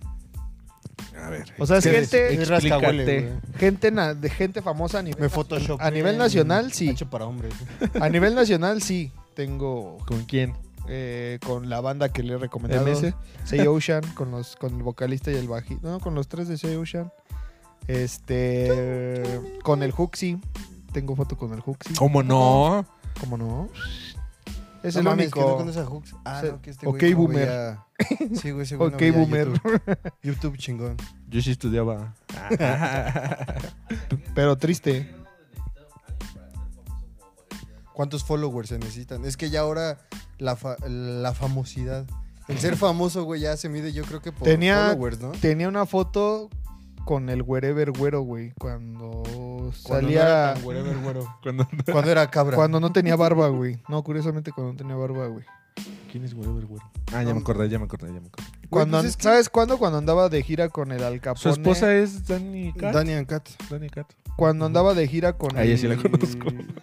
A ver. O sea, es ¿qué gente- les- Es rascahuele, explícate. güey. Gente na- de gente famosa a nivel. Me photoshop. Pues, A nivel nacional, sí. Hecho para hombres. A nivel nacional, sí. Tengo ¿Con quién? eh, con la banda que le he recomendado. MS. Say Ocean, con, los, con el vocalista y el bajista. No, con los tres de Say Ocean. Este. Con el Huxi. Tengo foto con el Huxi. Oh. ¿Cómo no? ¿Cómo no? Es No el mames, que no único. conoces a Hooks. Ah, O sea, no, que este ok, güey no boomer. veía- Sí, güey, ese güey no Ok, veía boomer. YouTube. YouTube chingón. Yo sí estudiaba. Pero triste. ¿Cuántos followers se necesitan? Es que ya ahora la, fa- la famosidad. El ser famoso, güey, ya se mide yo creo que por Tenía- followers, ¿no? Tenía una foto con el Wherever Güero, güey. Cuando Cuando no era salía. tan wherever, güero. Cuando- Cuando era cabra. Cuando no tenía barba, güey. No, curiosamente cuando no tenía barba, güey. ¿Quién es Wherever Güero? Ah, ya me acordé, ya me acordé, ya me acordé. Cuando, pues es que- ¿Sabes cuándo? Cuando andaba de gira con el Al Capone. Su esposa es Danny Cat. Danny and Cat. Danny Cat. Cuando andaba de gira con Ah, ella el... sí la conozco.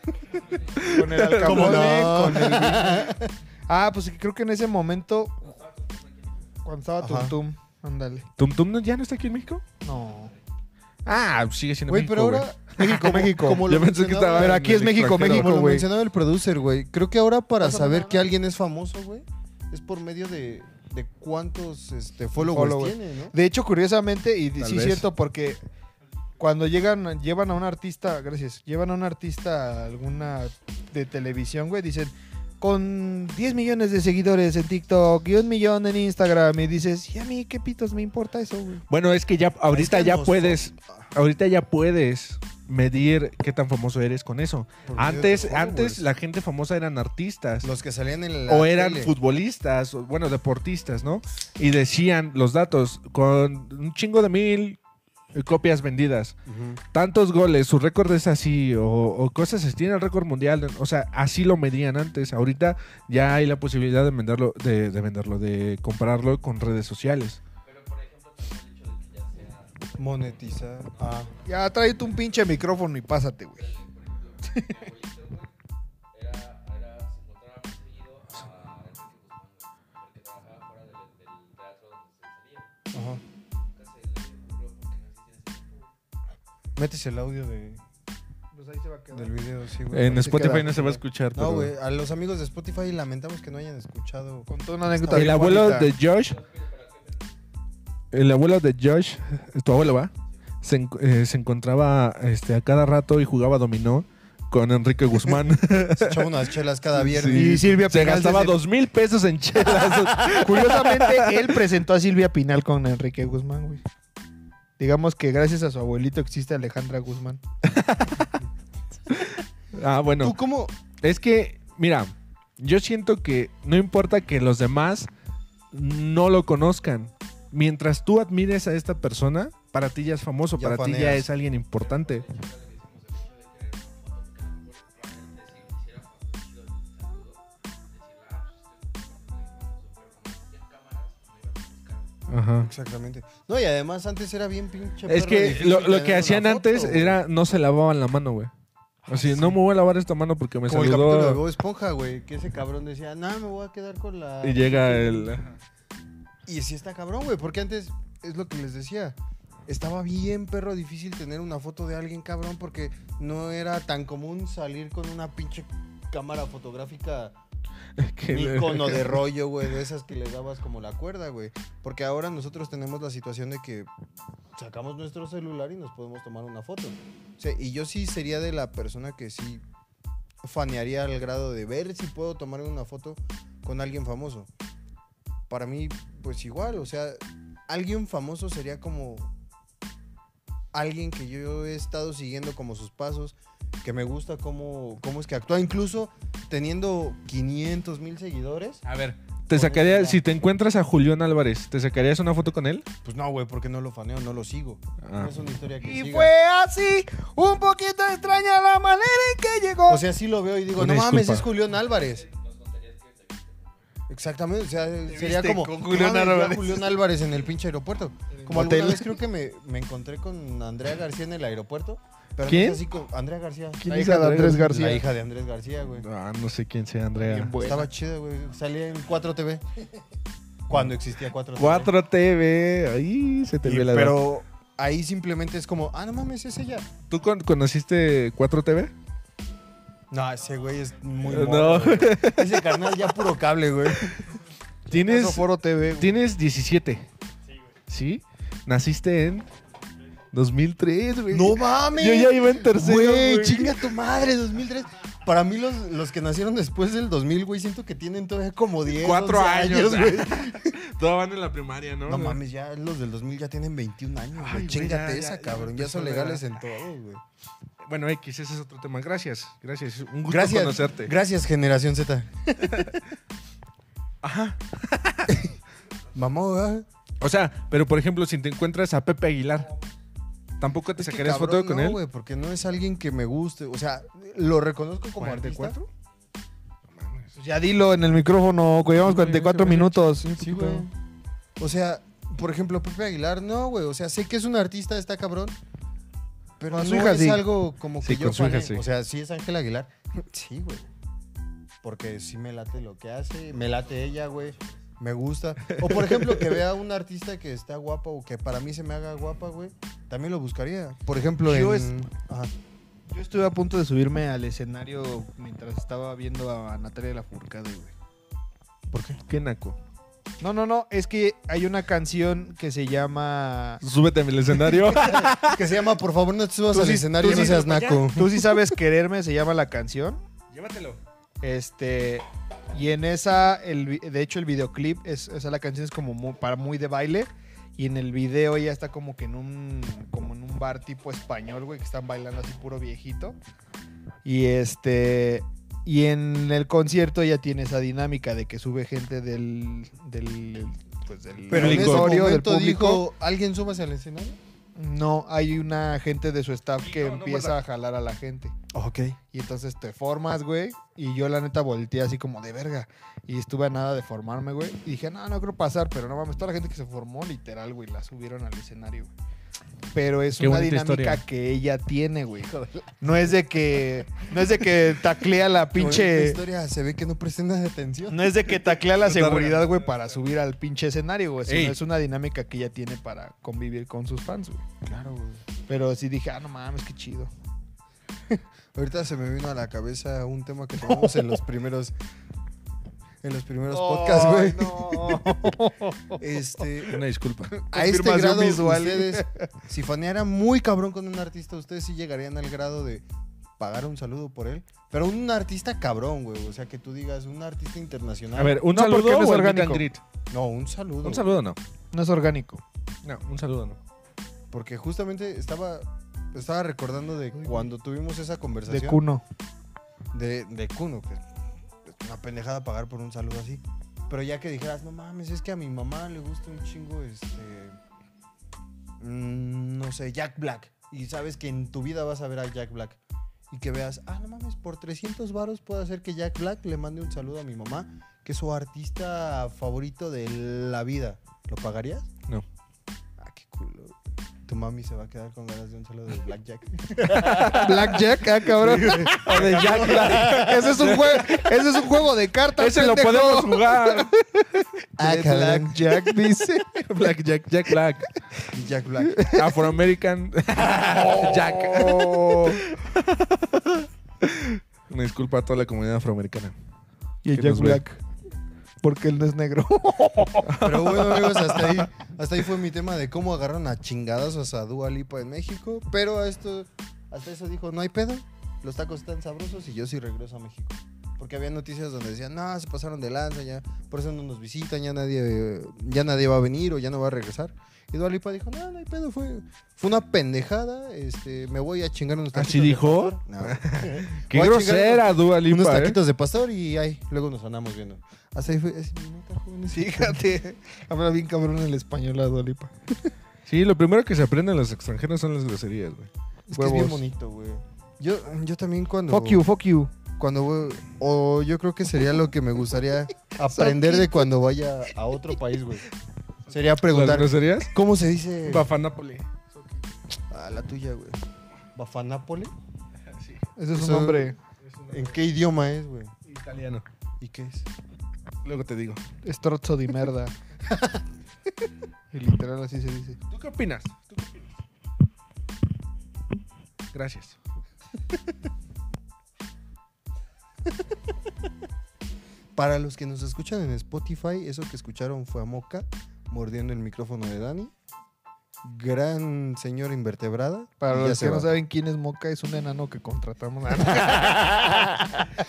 Con el Al ¿Cómo Capone, no? con el- Ah, pues creo que en ese momento... Cuando estaba Tum Ajá. Tum. Ándale. ¿Tum Tum no- ya no está aquí en México? No. Ah, sigue siendo Güey, México, pero ahora. México, México. como Yo lo pensé que mencionaba- estaba. Pero aquí en es el México, extranjero. México. Como lo güey. mencionaba el producer, güey. Creo que ahora para Pásame saber una. que alguien es famoso, güey, es por medio de, de cuántos este, followers, Followers. tiene, ¿no? De hecho, curiosamente, y Tal sí vez. es cierto, porque cuando llegan, llevan a un artista, gracias, llevan a un artista a alguna de televisión, güey, dicen, con 10 millones de seguidores en TikTok y un millón en Instagram, y dices, ¿y a mí qué pitos me importa eso, güey? Bueno, es que ya ahorita Es que ya nos- puedes, ahorita ya puedes medir qué tan famoso eres con eso. Por medio de Antes, followers. antes la gente famosa eran artistas Los que salían en la. o eran tele. futbolistas, o, bueno, deportistas, ¿no? Y decían los datos con un chingo de mil eh, copias vendidas, Ujú. tantos goles, su récord es así o, o cosas así, tiene el récord mundial, o sea, así lo medían antes. Ahorita ya hay la posibilidad de venderlo, de, de venderlo, de comprarlo con redes sociales. Monetizar. Ah. Ya tráete un pinche micrófono y pásate, güey. Ajá. Metes el audio de- Pues ahí se va a quedar. del video, sí, güey. En se Spotify queda, no se se va a queda. escuchar. No, pero- güey, a los amigos de Spotify lamentamos que no hayan escuchado. Contó una anécdota. El bien abuelo bonita. de Josh. El abuelo de Josh, tu abuelo va, se, en- eh, se encontraba este, a cada rato y jugaba dominó con Enrique Guzmán. Se echaba unas chelas cada viernes. Sí. Y Silvia Se Pinal gastaba desde- dos mil pesos en chelas. Curiosamente, él presentó a Silvia Pinal con Enrique Guzmán, güey. Digamos que gracias a su abuelito existe Alejandra Guzmán. ah, bueno. ¿Tú cómo? Es que, mira, yo siento que no importa que los demás no lo conozcan. Mientras tú admires a esta persona, para ti ya es famoso, Ya para ti ya faneas. es alguien importante. Ajá. Exactamente. No, y además antes era bien pinche. Es perro que difícil lo, lo que tener hacían una foto, antes güey. Ah, era no se lavaban la mano, güey. Así, no me voy a lavar esta mano porque me Como el saludó. capítulo de Bob Esponja, güey, que ese cabrón decía, nah, me voy a quedar con la... Y llega el. Y sí está cabrón, güey, porque antes, es lo que les decía, estaba bien perro difícil tener una foto de alguien cabrón porque no era tan común salir con una pinche cámara fotográfica que un le- icono de rollo, güey, de esas que le dabas como la cuerda, güey. Porque ahora nosotros tenemos la situación de que sacamos nuestro celular y nos podemos tomar una foto. O sea, y yo sí sería de la persona que sí fanearía al grado de ver si puedo tomarme una foto con alguien famoso. Para mí, pues igual, o sea, alguien famoso sería como alguien que yo he estado siguiendo como sus pasos, que me gusta cómo, cómo es que actúa, incluso teniendo 500 mil seguidores. A ver. Te sacaría, Con- si te encuentras a Julián Álvarez, ¿te sacarías una foto con él? Pues no, güey, porque no lo faneo, no lo sigo. Ah. No es una historia que Y siga. fue así, un poquito extraña la manera en que llegó. O sea, sí lo veo y digo, Una no mames, disculpa. es Julián Álvarez. Exactamente, o sea, sería viste como con "No Julián mames, veo a Álvarez". Julián Álvarez en el pinche aeropuerto. Como hotel. alguna vez creo que me, me encontré con Andrea García en el aeropuerto. Pero ¿Quién? No es así como Andrea García. ¿Quién la es hija de Andrés Andrés García? La hija de Andrés García, güey. Ah, no sé quién sea Andrea. Bien buena. Estaba chida, güey. Salía en 4TV. Cuando existía 4TV. 4TV, ahí se te Y- ve la edad. pero ahí simplemente es como, ah, no mames, es ella. ¿Tú con- conociste 4TV? No, ese güey es muy No. morro, güey. Ese carnal ya puro cable, güey. Eso Tienes, Foro TV. güey. tienes 17. Sí, Naciste en 2003, güey. No mames. Yo ya iba en tercero, Güey, güey. chinga tu madre, 2003. Para mí los, los que nacieron después del 2000, güey, siento que tienen todavía como 10, Cuatro 11 años, güey. Todos van en la primaria, ¿no? No mames, ya los del 2000 ya tienen 21 años, Ay, güey. güey, Chingate ya, esa, ya, ya cabrón. me Ya son empezó a legales en todo, güey. Bueno, X, ese es otro tema. Gracias, gracias. Un gusto Gracias, conocerte. gracias, generación Z. Ajá. Mamá, güey. O sea, pero por ejemplo, si te encuentras a Pepe Aguilar, ¿tampoco te Es que, sacarías cabrón, foto con no, él? güey, porque no es alguien que me guste. O sea, lo reconozco como artista. ¿44? Ya dilo en el micrófono, que llevamos Sí, güey, 44 ese güey. minutos. Sí, güey. O sea, por ejemplo, Pepe Aguilar, no, güey. O sea, sé que es un artista, está cabrón. Pero Con no su hija, es sí. algo como que Sí, yo con su hija, fanee. sí. O sea, sí es Ángel Aguilar. Sí, güey. Porque sí me late lo que hace, me late ella, güey. Me gusta. O por ejemplo, que vea un artista que está guapa o que para mí se me haga guapa, güey. También lo buscaría. Por ejemplo, Yo en... Ajá. Yo estuve a punto de subirme al escenario mientras estaba viendo a Natalia Lafourcade, güey. ¿Por qué? ¿Qué naco? No, no, no, es que hay una canción que se llama... Súbete al escenario. Que se llama Por favor no te subas Tú al sí- escenario, tú no sí- seas naco. Tú sí sabes quererme, se llama la canción. Llévatelo. Este. Y en esa, el, vi- de hecho, el videoclip, es, o sea, la canción es como muy, para muy de baile. Y en el video ella está como que en un, como en un bar tipo español, güey, que están bailando así puro viejito. Y este. Y en el concierto ella tiene esa dinámica de que sube gente del. del pues del Pero en ese auditorio, del momento público. dijo, ¿alguien súbase al escenario? No, hay una gente de su staff que no, no empieza guarda. a jalar a la gente. Ok. Y entonces te formas, güey. Y yo la neta volteé así como de verga. Y estuve a nada de formarme, güey. Y dije, no, no creo pasar. Pero no mames, toda la gente que se formó, literal, güey, la subieron al escenario, güey. Pero es Qué una bonita dinámica historia. que ella tiene, güey. No es de que. No es de que taclea la pinche. historia se ve que no prestan atención. No es de que taclea la Está regalando. seguridad, güey, para subir al pinche escenario, güey. sino Ey. es una dinámica que ella tiene para convivir con sus fans, güey. Claro, güey. Pero sí dije, ah, no mames, qué chido. Ahorita se me vino a la cabeza un tema que tomamos en los primeros en los primeros podcasts, güey. Este, Una disculpa. a este Confirmación grado visual. ustedes si faneara muy cabrón con un artista, ustedes sí llegarían al grado de pagar un saludo por él. Pero un artista cabrón, güey. O sea, que tú digas, un artista internacional. A ver, un No, saludo porque no es o el meet orgánico. and greet? No, un saludo. Un saludo no. No es orgánico. No, un saludo no. Porque justamente estaba, estaba recordando de cuando tuvimos esa De conversación. cuno. de, de Kuno, que es una pendejada pagar por un saludo así. Pero ya que dijeras, no mames, es que a mi mamá le gusta un chingo, este, mm, no sé, Jack Black. Y sabes que en tu vida vas a ver a Jack Black. Y que veas, ah, no mames, por 300 varos puedo hacer que Jack Black le mande un saludo a mi mamá, que es su artista favorito de la vida. ¿Lo pagarías? No. Ah, qué culo. Tu mami se va a quedar con ganas de un saludo de Black Jack. Blackjack, ah, cabrón. O de Jack Black. ese, es un jue- ese es un juego de cartas. Ese lo pendejo. podemos jugar. Ah, cabrón. Blackjack dice. Black Jack, Jack Black. Jack Black. Afroamerican. Jack. Una disculpa a toda la comunidad afroamericana. Y el Que Jack nos ve. Black. Porque él no es negro. Pero bueno, amigos, hasta ahí, hasta ahí fue mi tema de cómo agarraron a chingadazos a Dua Lipa en México. Pero a esto, hasta eso dijo, no hay pedo, los tacos están sabrosos y yo sí regreso a México. Porque había noticias donde decían, no, se pasaron de lanza, ya, por eso no nos visitan, ya nadie, eh, ya nadie va a venir o ya no va a regresar. Y Dua Lipa dijo, no, no hay pedo, fue, fue una pendejada, este, me voy a chingar unos taquitos. ¿Así de dijo? pastor". No. Oh, Qué Voy a grosera, Dua Lipa. unos ¿eh? taquitos de pastor y ahí, luego nos andamos viendo. Hasta ahí fue, es mi nota, jóvenes. Fíjate. Habla bien cabrón el español la Dolipa. Sí, lo primero que se aprende en los extranjeros son las groserías, güey. Es que es bien Huevos. bonito, güey. Yo, yo también cuando... Fuck you, fuck you. Cuando voy- O yo creo que sería lo que me gustaría aprender de cuando vaya a otro país, güey. Sería ¿Las preguntar... groserías? ¿Cómo se dice? Bafanápoli. a la tuya, güey. ¿Bafanápole? Ese es un Eso- nombre ¿En qué idioma es, güey? Italiano. ¿Y qué es? Luego te digo. estrozo de merda. y literal así se dice. ¿Tú qué opinas? ¿Tú qué opinas? Gracias. Para los que nos escuchan en Spotify, eso que escucharon fue a Moca mordiendo el micrófono de Dani. Gran señora invertebrada. Y Para ya los se que no va. saben quién es Moca, es un enano que contratamos.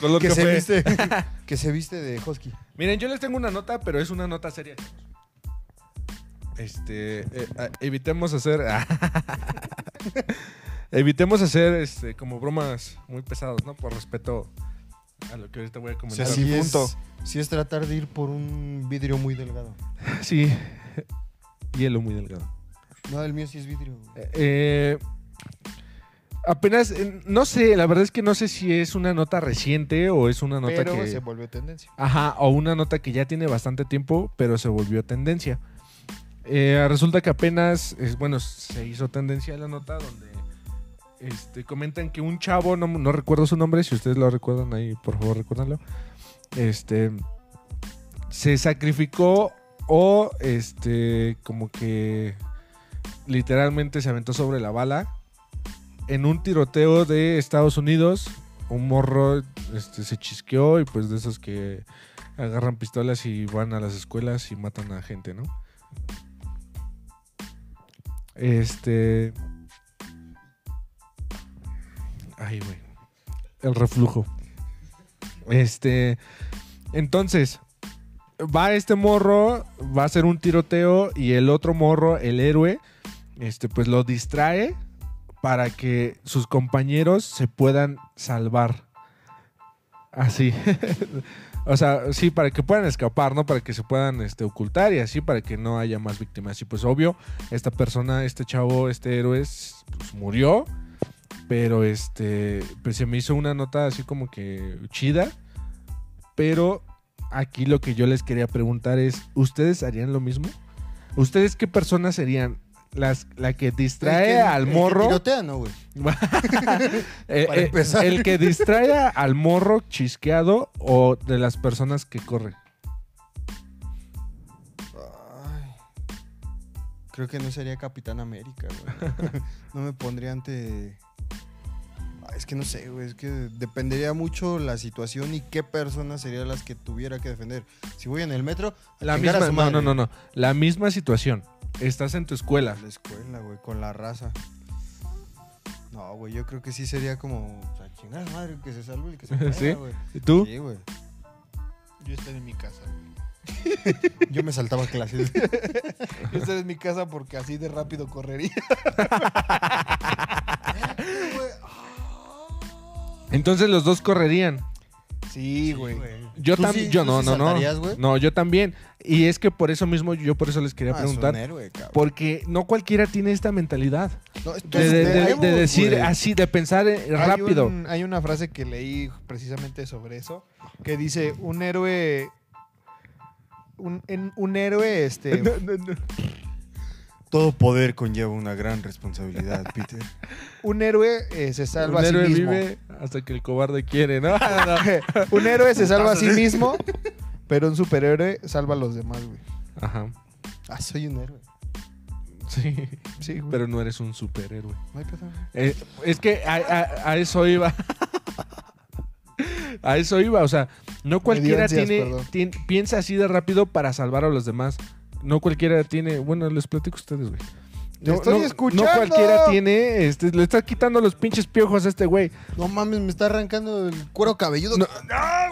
Color Que se, café. viste, que se viste de husky. Miren, yo les tengo una nota, pero es una nota seria. chicos. Este, eh, ah, evitemos hacer, evitemos hacer, este, como bromas muy pesados, ¿no? Por respeto a lo que ahorita voy a O comentar. sea, Así sí es, punto. sí es tratar de ir por un vidrio muy delgado. Sí, hielo muy delgado. No, el mío sí es vidrio. güey. Eh, apenas, eh, no sé, la verdad es que no sé si es una nota reciente o es una nota Pero que... se volvió tendencia. Ajá, o una nota que ya tiene bastante tiempo, pero se volvió tendencia. Eh, resulta que apenas, es, bueno, se hizo tendencia la nota donde este, comentan que un chavo, no, no recuerdo su nombre, si ustedes lo recuerdan ahí, por favor, recuérdanlo. Este, se sacrificó o, este, como que literalmente se aventó sobre la bala en un tiroteo de Estados Unidos un morro este, se chisqueó y pues de esos que agarran pistolas y van a las escuelas y matan a gente, ¿no? Este... Ay, güey. El reflujo. Este... Entonces, va este morro, va a hacer un tiroteo y el otro morro, el héroe, este, pues lo distrae para que sus compañeros se puedan salvar. Así. o sea, sí, para que puedan escapar, ¿no? Para que se puedan este, ocultar y así para que no haya más víctimas. Y pues obvio, esta persona, este chavo, este héroe, s- pues, murió. Pero este, pues se me hizo una nota así como que chida. Pero aquí lo que yo les quería preguntar es, ¿ustedes harían lo mismo? ¿Ustedes qué personas serían? Las, la que distrae El que- al el que morro. Tirotea, no, güey. Eh, Para eh, empezar. El que distraiga al morro chisqueado o de las personas que corren. Ay. Creo que no sería Capitán América, güey. no me pondría ante. Ay, es que no sé, güey. Es que dependería mucho la situación y qué personas serían las que tuviera que defender. Si voy en el metro, a La chingar a misma, no, su madre. no, no, no. La misma situación. Estás en tu escuela. La escuela, güey, con la raza. No, güey, yo creo que sí sería como. O sea, chingar madre, el que se salve el que se muera, ¿Sí? güey. ¿Y tú? Sí, güey. Yo estaré en mi casa, güey. Yo me saltaba clases. Yo estaré en mi casa porque así de rápido correría. Entonces los dos correrían. Sí, güey. Yo ¿Tú también. sí- yo tú no, sí no, saltarías, no. güey? No, yo también. Y es que por eso mismo, yo por eso les quería Ah, es un preguntar. héroe, cabrón. Porque no cualquiera tiene esta mentalidad. No, De, entonces, de- de- de- hay de un- decir güey. así, de pensar eh, Hay rápido. un- hay una frase que leí precisamente sobre eso, que dice, un héroe... Un, en- un héroe, eh, este... Todo poder conlleva una gran responsabilidad, Peter. Un héroe eh, se salva Un a sí héroe mismo. vive hasta que el cobarde quiere, ¿no? un héroe se salva a sí mismo, pero un superhéroe salva a los demás, güey. Ajá. Ah, soy un héroe. Sí. Sí, güey. Pero no eres un superhéroe. No hay pedo. Eh, es que a, a- a eso iba. a eso iba. O sea, no cualquiera ansias, tiene, perdón. tien- piensa así de rápido para salvar a los demás. No cualquiera tiene. Bueno, les platico a ustedes, güey. ¡Te estoy escuchando! No cualquiera tiene. Este, le está quitando los pinches piojos a este güey. No mames, me está arrancando el cuero cabelludo. No,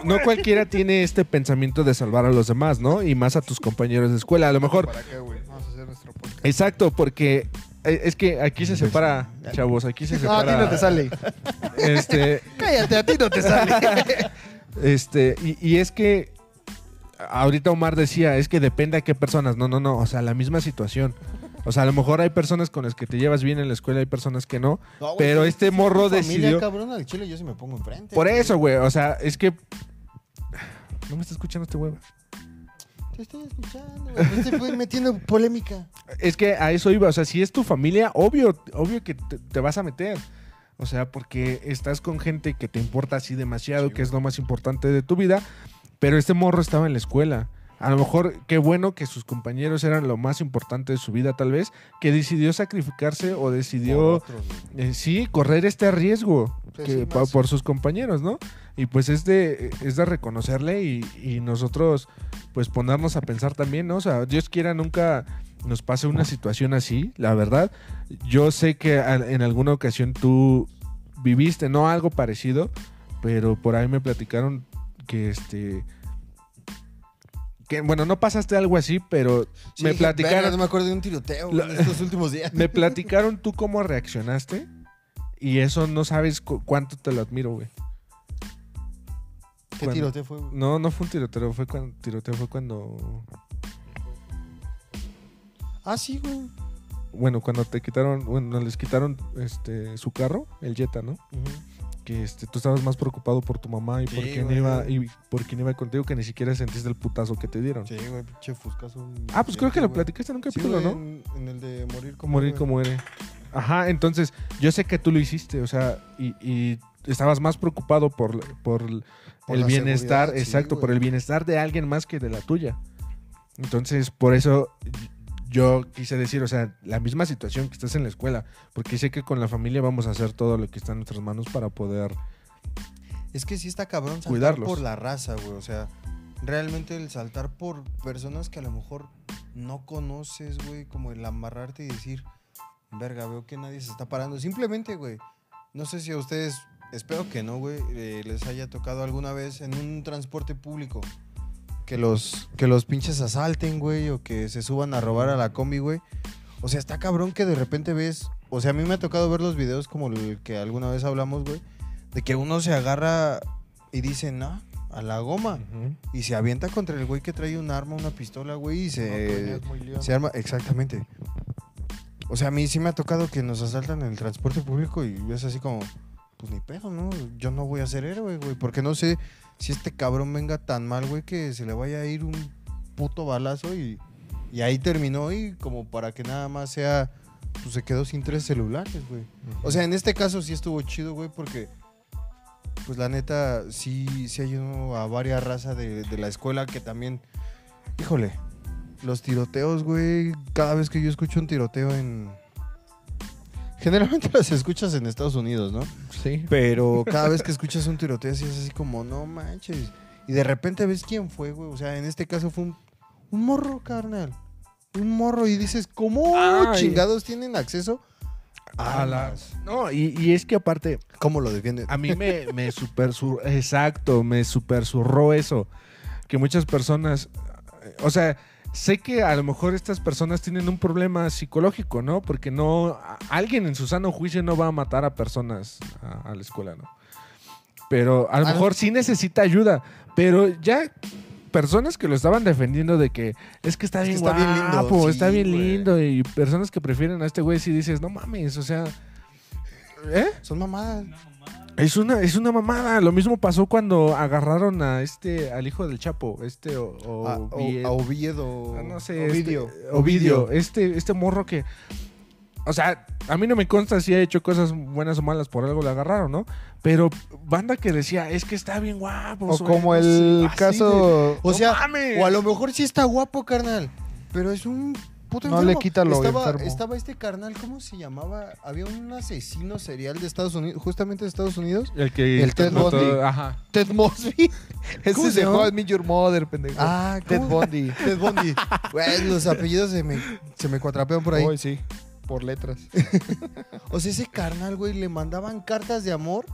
no cualquiera tiene este pensamiento de salvar a los demás, ¿no? Y más a tus compañeros de escuela. A lo mejor. ¿Para qué, güey? Vamos a hacer nuestro podcast. Exacto, porque. eh, Es que aquí se separa, chavos, aquí se No, Ah, a ti no te separa. sale. Este, Cállate, a ti no te sale. Este, y, y es que ahorita Omar decía, es que depende a qué personas. No, no, no, o sea, la misma situación. O sea, a lo mejor hay personas con las que te llevas bien en la escuela, hay personas que no. No, güey, pero si- este si es morro tu familia, decidió- cabrón, al chile yo sí me pongo enfrente. Por eso, güey, o sea, es que... No me está escuchando este huevo. Te estoy escuchando. güey. No te fue metiendo polémica. Es que a eso iba, o sea, si es tu familia, obvio, obvio que te, te vas a meter. O sea, porque estás con gente que te importa así demasiado, Sí, que es lo más importante de tu vida, pero este morro estaba en la escuela. A lo mejor, qué bueno que sus compañeros eran lo más importante de su vida, tal vez, que decidió sacrificarse o Por decidió, otros, güey. eh, sí, correr este riesgo Sí, que- sí, pa- más. por sus compañeros, ¿no? Y pues es de, es de reconocerle y, y nosotros, pues ponernos a pensar también, ¿no? O sea, Dios quiera nunca nos pase una situación así, la verdad. Yo sé que al- en alguna ocasión tú viviste, no algo parecido, pero por ahí me platicaron que este... Que, bueno, no pasaste algo así, pero Sí, me dije, "Verga, platicaron No me acuerdo de un tiroteo güey, La- en estos últimos días. me platicaron tú cómo reaccionaste y eso no sabes cu- cuánto te lo admiro, güey. ¿Qué cuando- tiroteo fue? güey? No, no fue un tiroteo, fue cuando tiroteo fue cuando Ah, sí, güey. bueno, cuando te quitaron, bueno, les quitaron este su carro, el Jetta, ¿no? Que este tú estabas más preocupado por tu mamá y por Sí, quién güey. iba y por quién iba contigo que ni siquiera sentiste el putazo que te dieron. Sí, güey, pinche fuscazo. un Ah, pues creo que lo güey. platicaste en un Sí, capítulo, güey, ¿no? En, en el de morir como. Morir héroe. como eres. Ajá, entonces yo sé que tú lo hiciste, o sea, y, y estabas más preocupado por, por el Por la bienestar, seguridad, sí, exacto, güey. por el bienestar de alguien más que de la tuya. Entonces, por eso y- yo quise decir, o sea, la misma situación que estás en la escuela, porque sé que con la familia vamos a hacer todo lo que está en nuestras manos para poder... Es que sí está cabrón saltar Cuidarlos. por la raza, güey. O sea, realmente el saltar por personas que a lo mejor no conoces, güey. Como el amarrarte y decir, verga, veo que nadie se está parando. Simplemente, güey. No sé si a ustedes, espero que no, güey, eh, les haya tocado alguna vez en un transporte público. Que los, que los pinches asalten, güey, o que se suban a robar a la combi, güey. O sea, está cabrón que de repente ves. O sea, a mí me ha tocado ver los videos como el que alguna vez hablamos, güey. De que uno se agarra y dice, no, a la goma. Y se avienta contra el güey que trae un arma, una pistola, güey, y pues, se, se arma. Exactamente. O sea, a mí sí me ha tocado que nos asaltan en el transporte público y es así como, pues ni pedo, ¿no? Yo no voy a ser héroe, güey. Porque no sé si este cabrón venga tan mal, güey, que se le vaya a ir un puto balazo y, y ahí terminó y como para que nada más sea, pues se quedó sin tres celulares, güey. O sea, en este caso sí estuvo chido, güey, porque pues la neta sí, sí ayudó a varias razas de, de la escuela que también, híjole, los tiroteos, güey, cada vez que yo escucho un tiroteo en... Generalmente las escuchas en Estados Unidos, ¿no? sí. Pero cada vez que escuchas un tiroteo así es así como, no manches. Y de repente ves quién fue, güey. O sea, en este caso fue un, un morro, carnal. Un morro. Y dices, ¿cómo Ay. chingados tienen acceso A la- No, y, y es que aparte, ¿Cómo lo defienden? a mí me, me super sur- exacto, me super zurró eso. Que muchas personas, eh, o sea, sé que a lo mejor estas personas tienen un problema psicológico, ¿no? Porque no, a- alguien en su sano juicio no va a matar a personas a, a la escuela, ¿no? Pero a lo Ah, mejor sí necesita ayuda, pero ya personas que lo estaban defendiendo de que es que está Es que bien está bien lindo, guapo, sí, está bien güey. lindo y personas que prefieren a este güey si dices, "No mames", o sea, ¿eh? Son mamadas. Es una, es una mamada. Lo mismo pasó cuando agarraron a este, al hijo del Chapo, este o, o- Ah, A, Ah, o- Oviedo. a Oviedo. Ah, no sé, Ovidio. este- Ovidio. Este, este morro que. O sea, a mí no me consta si ha hecho cosas buenas o malas, por algo lo agarraron, ¿no? Pero banda que decía, es que está bien guapo. O su- como así, el así de- caso. O ¡No sea, mames! o a lo mejor sí está guapo, carnal. Pero es un puto No enfermo. le quita lo estaba, enfermo. estaba este carnal, ¿cómo se llamaba? Había un asesino serial de Estados Unidos, justamente de Estados Unidos. El que. el Ted mató- Bundy. Ajá. Ted Mosby. ¿Cómo Ese se de llama? How I Met Your Mother, pendejo. Ah, Ted ¿cómo? Bundy. Ted Bundy. Güey, los apellidos se me, se me cuatrapean por ahí. Hoy sí. Por letras. O sea, ese carnal, güey, le mandaban cartas de amor.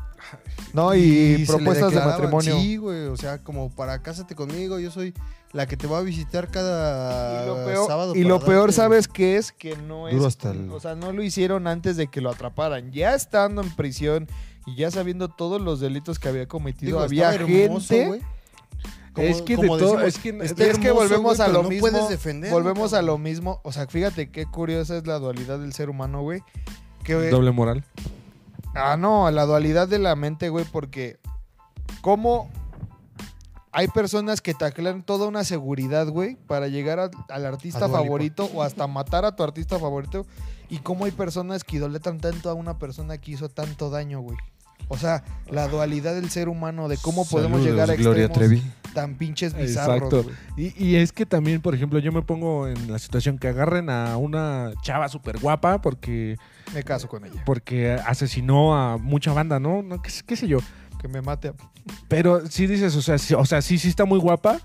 No, y, se le propuestas de declaraban. matrimonio. Sí, güey, o sea, como para cásate conmigo, yo soy la que te va a visitar cada Y lo peor, Ah, sábado. y para lo peor darte- ¿sabes qué es? Que no es. Duro hasta el- O sea, no lo hicieron antes de que lo atraparan. Ya estando en prisión y ya sabiendo todos los delitos que había cometido, Digo, había estaba gente. hermoso, güey. Como- es que de como todo. decimos, es que, está Es que hermoso, volvemos güey, a pero lo no mismo. puedes defenderlo, volvemos a cabrón. lo mismo. O sea, fíjate qué curiosa es la dualidad del ser humano, güey. Que, Doble moral. Ah, no, la dualidad de la mente, güey, porque cómo hay personas que taclean toda una seguridad, güey, para llegar a- al artista A Dua Lipa. favorito o hasta matar a tu artista favorito. Y cómo hay personas que idolatran tanto a una persona que hizo tanto daño, güey. O sea, la dualidad del ser humano, de cómo podemos llegar a extremos tan pinches bizarros, Exacto. güey. Y, y es que también, por ejemplo, yo me pongo en la situación que agarren a una chava súper guapa porque, Me caso con ella. porque asesinó a mucha banda, ¿no? No, ¿Qué, sé- qué sé yo? Que me mate. a- Pero sí dices, o sea, sí, o sea, sí, sí está muy guapa,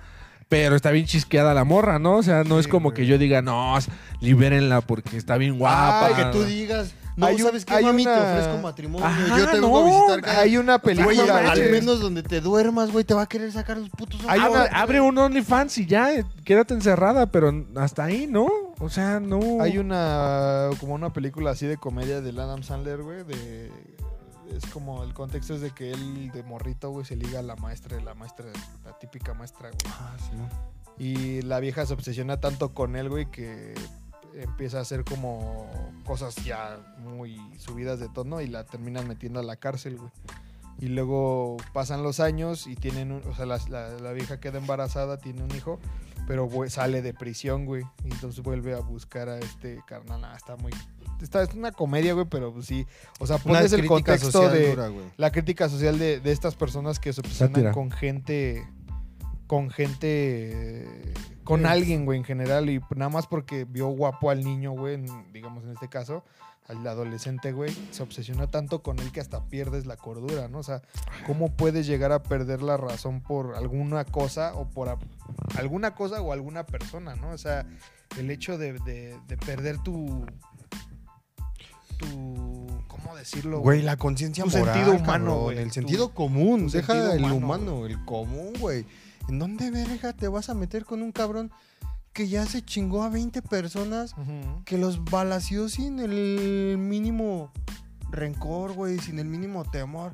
pero está bien chisqueada la morra, ¿no? O sea, no es Sí, como güey. que yo diga, no, s- libérenla porque está bien guapa. Ay, que tú digas, no, Hay un- ¿sabes qué, hay mami? Te una- ofrezco matrimonio. Ajá, yo te vengo a no, visitar cada... Hay una Güey, película. al güey. menos donde te duermas, güey, te va a querer sacar los putos ojos. Ah, Hay abre, una- abre un OnlyFans y ya, eh, quédate encerrada, pero hasta ahí, ¿no? O sea, no. Uh. Hay una como una película así de comedia del Adam Sandler, güey, de es como el contexto es de que él de morrito, güey, se liga a la maestra, la maestra, la típica maestra, güey. Ah, sí, ¿no? Y la vieja se obsesiona tanto con él, güey, que empieza a hacer como cosas ya muy subidas de tono y la terminan metiendo a la cárcel, güey. Y luego pasan los años y tienen, un- o sea, la, la- la vieja queda embarazada, tiene un hijo, pero güey, sale de prisión, güey. Y entonces vuelve a buscar a este carnal. Ah, está muy... Está, es una comedia, güey, pero pues, sí. O sea, Una pones el crítica contexto social de dura, güey. la crítica social de, de estas personas que se obsesionan Sátira. con gente. Con gente. eh, Con Sí. alguien, güey, en general. Y nada más porque vio guapo al niño, güey, en- digamos en este caso, al adolescente, güey, se obsesiona tanto con él que hasta pierdes la cordura, ¿no? O sea, ¿cómo puedes llegar a perder la razón por alguna cosa o por a- alguna cosa o alguna persona, ¿no? O sea, el hecho de, de- de perder tu. tu. ¿Cómo decirlo? Güey, la conciencia Tu moral, sentido humano, cabrón, güey. El Tu- sentido común. tu Deja sentido el humano, humano, el común, güey. ¿En dónde, verga, te vas a meter con un cabrón que ya se chingó a 20 personas, Ujú. que los balació sin el mínimo rencor, güey, sin el mínimo temor?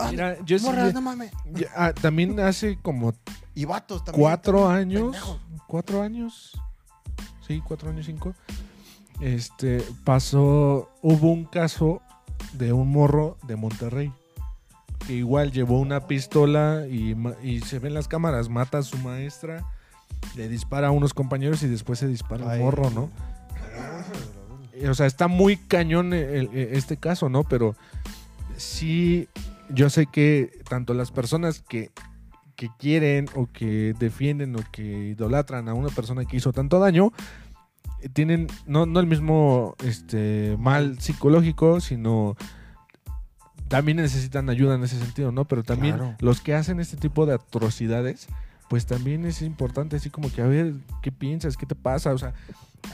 Ah, Mira, yo sí- morras, no mames. ya- ah, también hace como Y vatos también. cuatro también, años. pendejos. Cuatro años. Sí, cuatro años, cinco. Este pasó. Hubo un caso de un morro de Monterrey. Que igual llevó una pistola y, ma- y se ven las cámaras. Mata a su maestra. Le dispara a unos compañeros y después se dispara al Ay. morro, ¿no? Eh, O sea, está muy cañón el- el- este caso, ¿no? Pero sí, yo sé que tanto las personas que, que quieren o que defienden o que idolatran a una persona que hizo tanto daño, eh, tienen no, no el mismo este, mal psicológico, sino también necesitan ayuda en ese sentido, ¿no? Pero también Claro. los que hacen este tipo de atrocidades pues también es importante así como que a ver qué piensas, qué te pasa, o sea,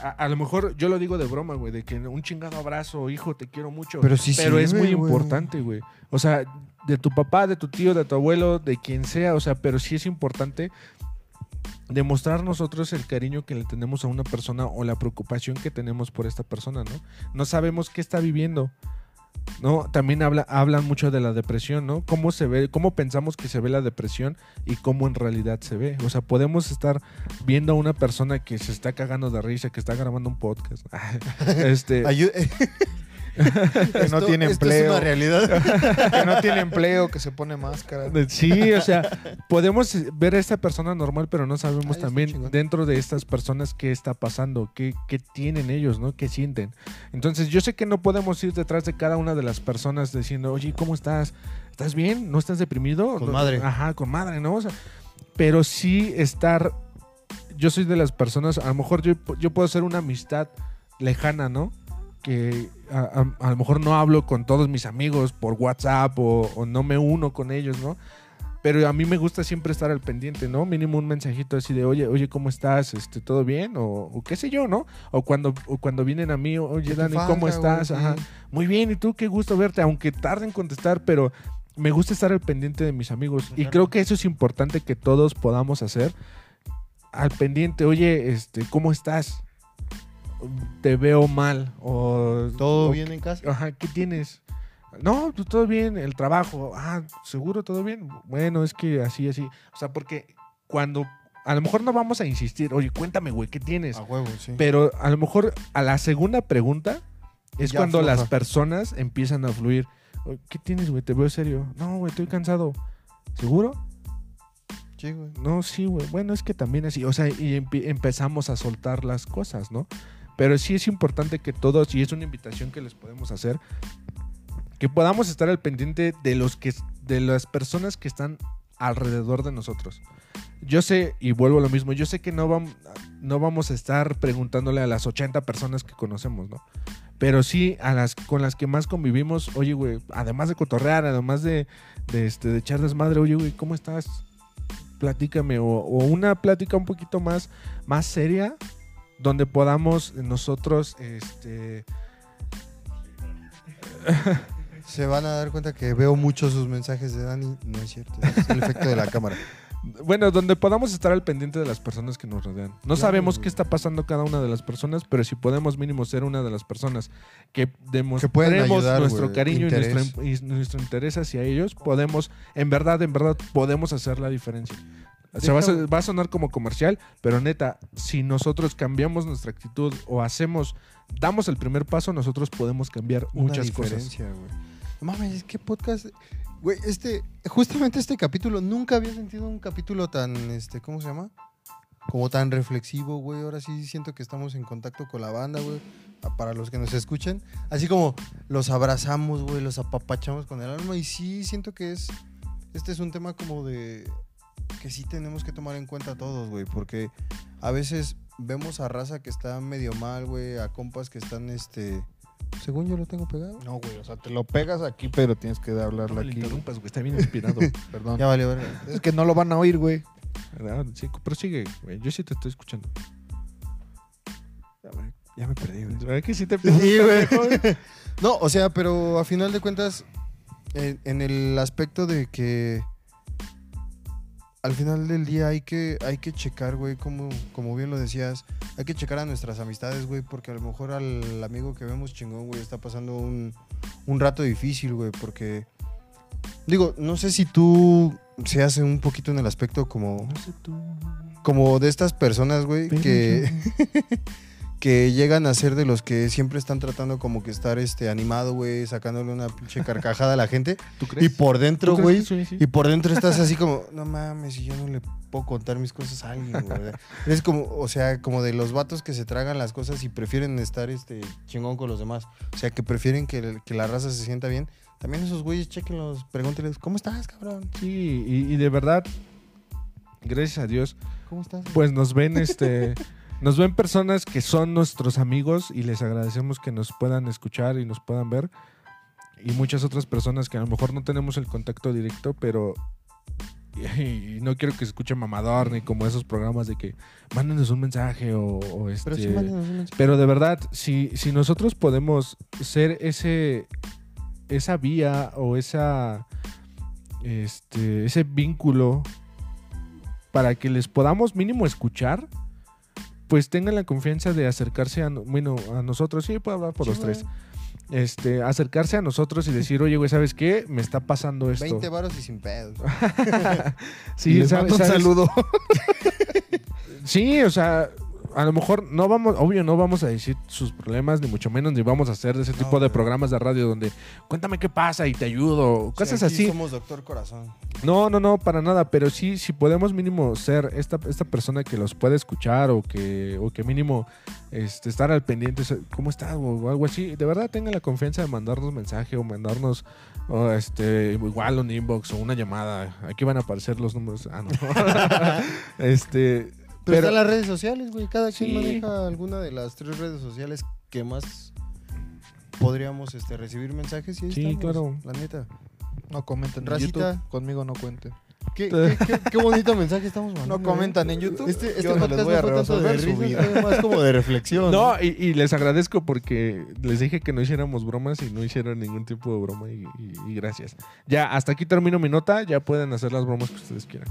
a, a lo mejor yo lo digo de broma, güey, de que un chingado abrazo, hijo, te quiero mucho, Pero sí sirve, es muy güey. importante, güey. O sea, de tu papá, de tu tío, de tu abuelo, de quien sea, o sea, pero sí es importante demostrar nosotros el cariño que le tenemos a una persona o la preocupación que tenemos por esta persona, ¿no? No sabemos qué está viviendo. No, también habla, hablan mucho de la depresión, ¿no? Cómo se ve, cómo pensamos que se ve la depresión y cómo en realidad se ve. O sea, podemos estar viendo a una persona que se está cagando de risa, que está grabando un podcast. este, Ayu- Que no Esto- tiene esto empleo. Es una realidad. Que no tiene empleo, que se pone máscara. Sí, o sea, podemos ver a esta persona normal, pero no sabemos Ay, está también chingón. dentro de estas personas qué está pasando, qué, qué tienen ellos, ¿no? ¿Qué sienten? Entonces, yo sé que no podemos ir detrás de cada una de las personas diciendo, oye, ¿cómo estás? ¿Estás bien? ¿No estás deprimido? Con No- madre. Ajá, con madre, ¿no? O sea, pero sí estar... Yo soy de las personas, a lo mejor yo, yo puedo ser una amistad lejana, ¿no? que a, a- a lo mejor no hablo con todos mis amigos por WhatsApp o, o no me uno con ellos, ¿no? Pero a mí me gusta siempre estar al pendiente, ¿no? Mínimo un mensajito así de, oye, oye, ¿cómo estás? Este, ¿Todo bien? O, o qué sé yo, ¿no? O cuando, o cuando vienen a mí, oye, te Dani, falta, ¿cómo güey? estás? Sí. Ajá. Muy bien, ¿y tú? Qué gusto verte, aunque tarde en contestar, pero me gusta estar al pendiente de mis amigos. Y creo que eso es importante que todos podamos hacer. Al pendiente, oye, este, ¿cómo estás? Te veo mal. O, Todo o- bien en casa. Ajá, ¿qué tienes? No, pues, todo bien, el trabajo. Ah, seguro todo bien. Bueno, es que así, así. O sea, porque cuando. A lo mejor no vamos a insistir. Oye, cuéntame, güey, ¿qué tienes? A huevo, sí. Pero a lo mejor a la segunda pregunta es Ya cuando afloja. las personas empiezan a fluir. Oye, ¿Qué tienes, güey? Te veo serio. No, güey, estoy cansado. ¿Seguro? Sí, güey. No, sí, güey. Bueno, es que también así. O sea, y empe- empezamos a soltar las cosas, ¿no? Pero sí es importante que todos, y es una invitación que les podemos hacer, que podamos estar al pendiente de los que de las personas que están alrededor de nosotros. Yo sé, y vuelvo a lo mismo, yo sé que no, vam- no vamos a estar preguntándole a las 80 personas que conocemos, ¿no? Pero sí a las con las que más convivimos, oye, güey, además de cotorrear, además de, de, este, de echar desmadre, oye, güey, ¿cómo estás? Platícame, o, o una plática un poquito más, más seria, donde podamos nosotros, este, Se van a dar cuenta que veo muchos sus mensajes de Dani. No es cierto. Es el efecto de la cámara. Bueno, donde podamos estar al pendiente de las personas que nos rodean. No Claro, sabemos güey. qué está pasando cada una de las personas, pero si podemos mínimo ser una de las personas que pueden demostremos ayudar, nuestro güey, cariño y interés. nuestro, y nuestro interés hacia ellos, podemos, en verdad, en verdad, podemos hacer la diferencia. O sea, va, a, Déjame- so- va a sonar como comercial, pero neta, si nosotros cambiamos nuestra actitud o hacemos, damos el primer paso, nosotros podemos cambiar muchas cosas. güey. No mames, es que podcast. Güey, este. Justamente este capítulo. Nunca había sentido un capítulo tan. este ¿Cómo se llama? Como tan reflexivo, güey. Ahora sí siento que estamos en contacto con la banda, güey. A- Para los que nos escuchen. Así como los abrazamos, güey. Los apapachamos con el alma. Y sí siento que es. Este es un tema como de. Que sí tenemos que tomar en cuenta todos, güey. Porque a veces vemos a raza que está medio mal, güey. A compas que están, este. Según yo lo tengo pegado. No, güey, o sea, te lo pegas aquí, pero tienes que hablarle aquí. interrumpas, güey, está bien inspirado. Perdón. Ya vale, verga. Es que no lo van a oír, güey. ¿Verdad? Sí, prosigue, güey. Yo sí te estoy escuchando. Ya me, perdí, güey. ¿Verdad que sí te perdí? Sí, güey. No, o sea, pero a final de cuentas, en, en el aspecto de que al final del día hay que, hay que checar, güey, como, como bien lo decías, hay que checar a nuestras amistades, güey, porque a lo mejor al amigo que vemos chingón, güey, está pasando un, un rato difícil, güey, porque... Digo, no sé si tú seas un poquito en el aspecto como... No sé tú. como de estas personas, güey, Pero que, que llegan a ser de los que siempre están tratando como que estar este, animado, güey, sacándole una pinche carcajada a la gente. ¿Tú Y crees? por dentro, ¿Tú crees güey. que soy así? Y por dentro estás así como, no mames, si yo no le puedo contar mis cosas a alguien, güey. Es como, o sea, como de los vatos que se tragan las cosas y prefieren estar este, chingón con los demás. O sea, que prefieren que, que la raza se sienta bien. También esos güeyes, chequenlos, pregúntenles, ¿cómo estás, cabrón? Sí, y, y de verdad, gracias a Dios, ¿Cómo estás? pues nos ven este... Nos ven personas que son nuestros amigos y les agradecemos que nos puedan escuchar y nos puedan ver. Y muchas otras personas que a lo mejor no tenemos el contacto directo, pero y, no quiero que se escuche mamador ni como esos programas de que mándenos un mensaje o, o este. Pero sí, mándanos un mensaje. Pero de verdad, si, si nosotros podemos ser ese esa vía o esa este ese vínculo para que les podamos mínimo escuchar, pues tengan la confianza de acercarse a, no- bueno, a nosotros, sí puedo hablar por los tres. Este, acercarse a nosotros y decir, "Oye, güey, ¿sabes qué? Me está pasando esto." 20 varos y sin pedos. Sí, Les ¿sabes- mando un sabes? saludo. Sí, o sea, a lo mejor no vamos, obvio, no vamos a decir sus problemas, ni mucho menos, ni vamos a hacer de ese tipo de güey. programas de radio donde cuéntame qué pasa y te ayudo, cosas Sí, aquí así. Somos doctor corazón. No, no, no, para nada, pero sí, si podemos mínimo ser esta, esta persona que los puede escuchar o que, o que mínimo este, estar al pendiente, o sea, ¿cómo estás? O algo así. De verdad, tengan la confianza de mandarnos mensaje o mandarnos o, este, igual un inbox o una llamada. Aquí van a aparecer los números. Ah, no. este, Pero, pero- están las redes sociales, güey. Cada quien Sí. maneja alguna de las tres redes sociales que más podríamos este, recibir mensajes. Y ahí Sí, claro. estamos, La neta. No comentan en Racita. YouTube. Conmigo no cuenten. Qué, qué- qué- qué bonito mensaje estamos mandando. No ¿eh? comentan en YouTube. Este, este Yo no podcast les voy a no fue tanto de resolver su risas, vida. fue más como de reflexión. No, y, y les agradezco porque les dije que no hiciéramos bromas y no hicieron ningún tipo de broma y, y- y gracias. Ya, hasta aquí termino mi nota, ya pueden hacer las bromas que ustedes quieran.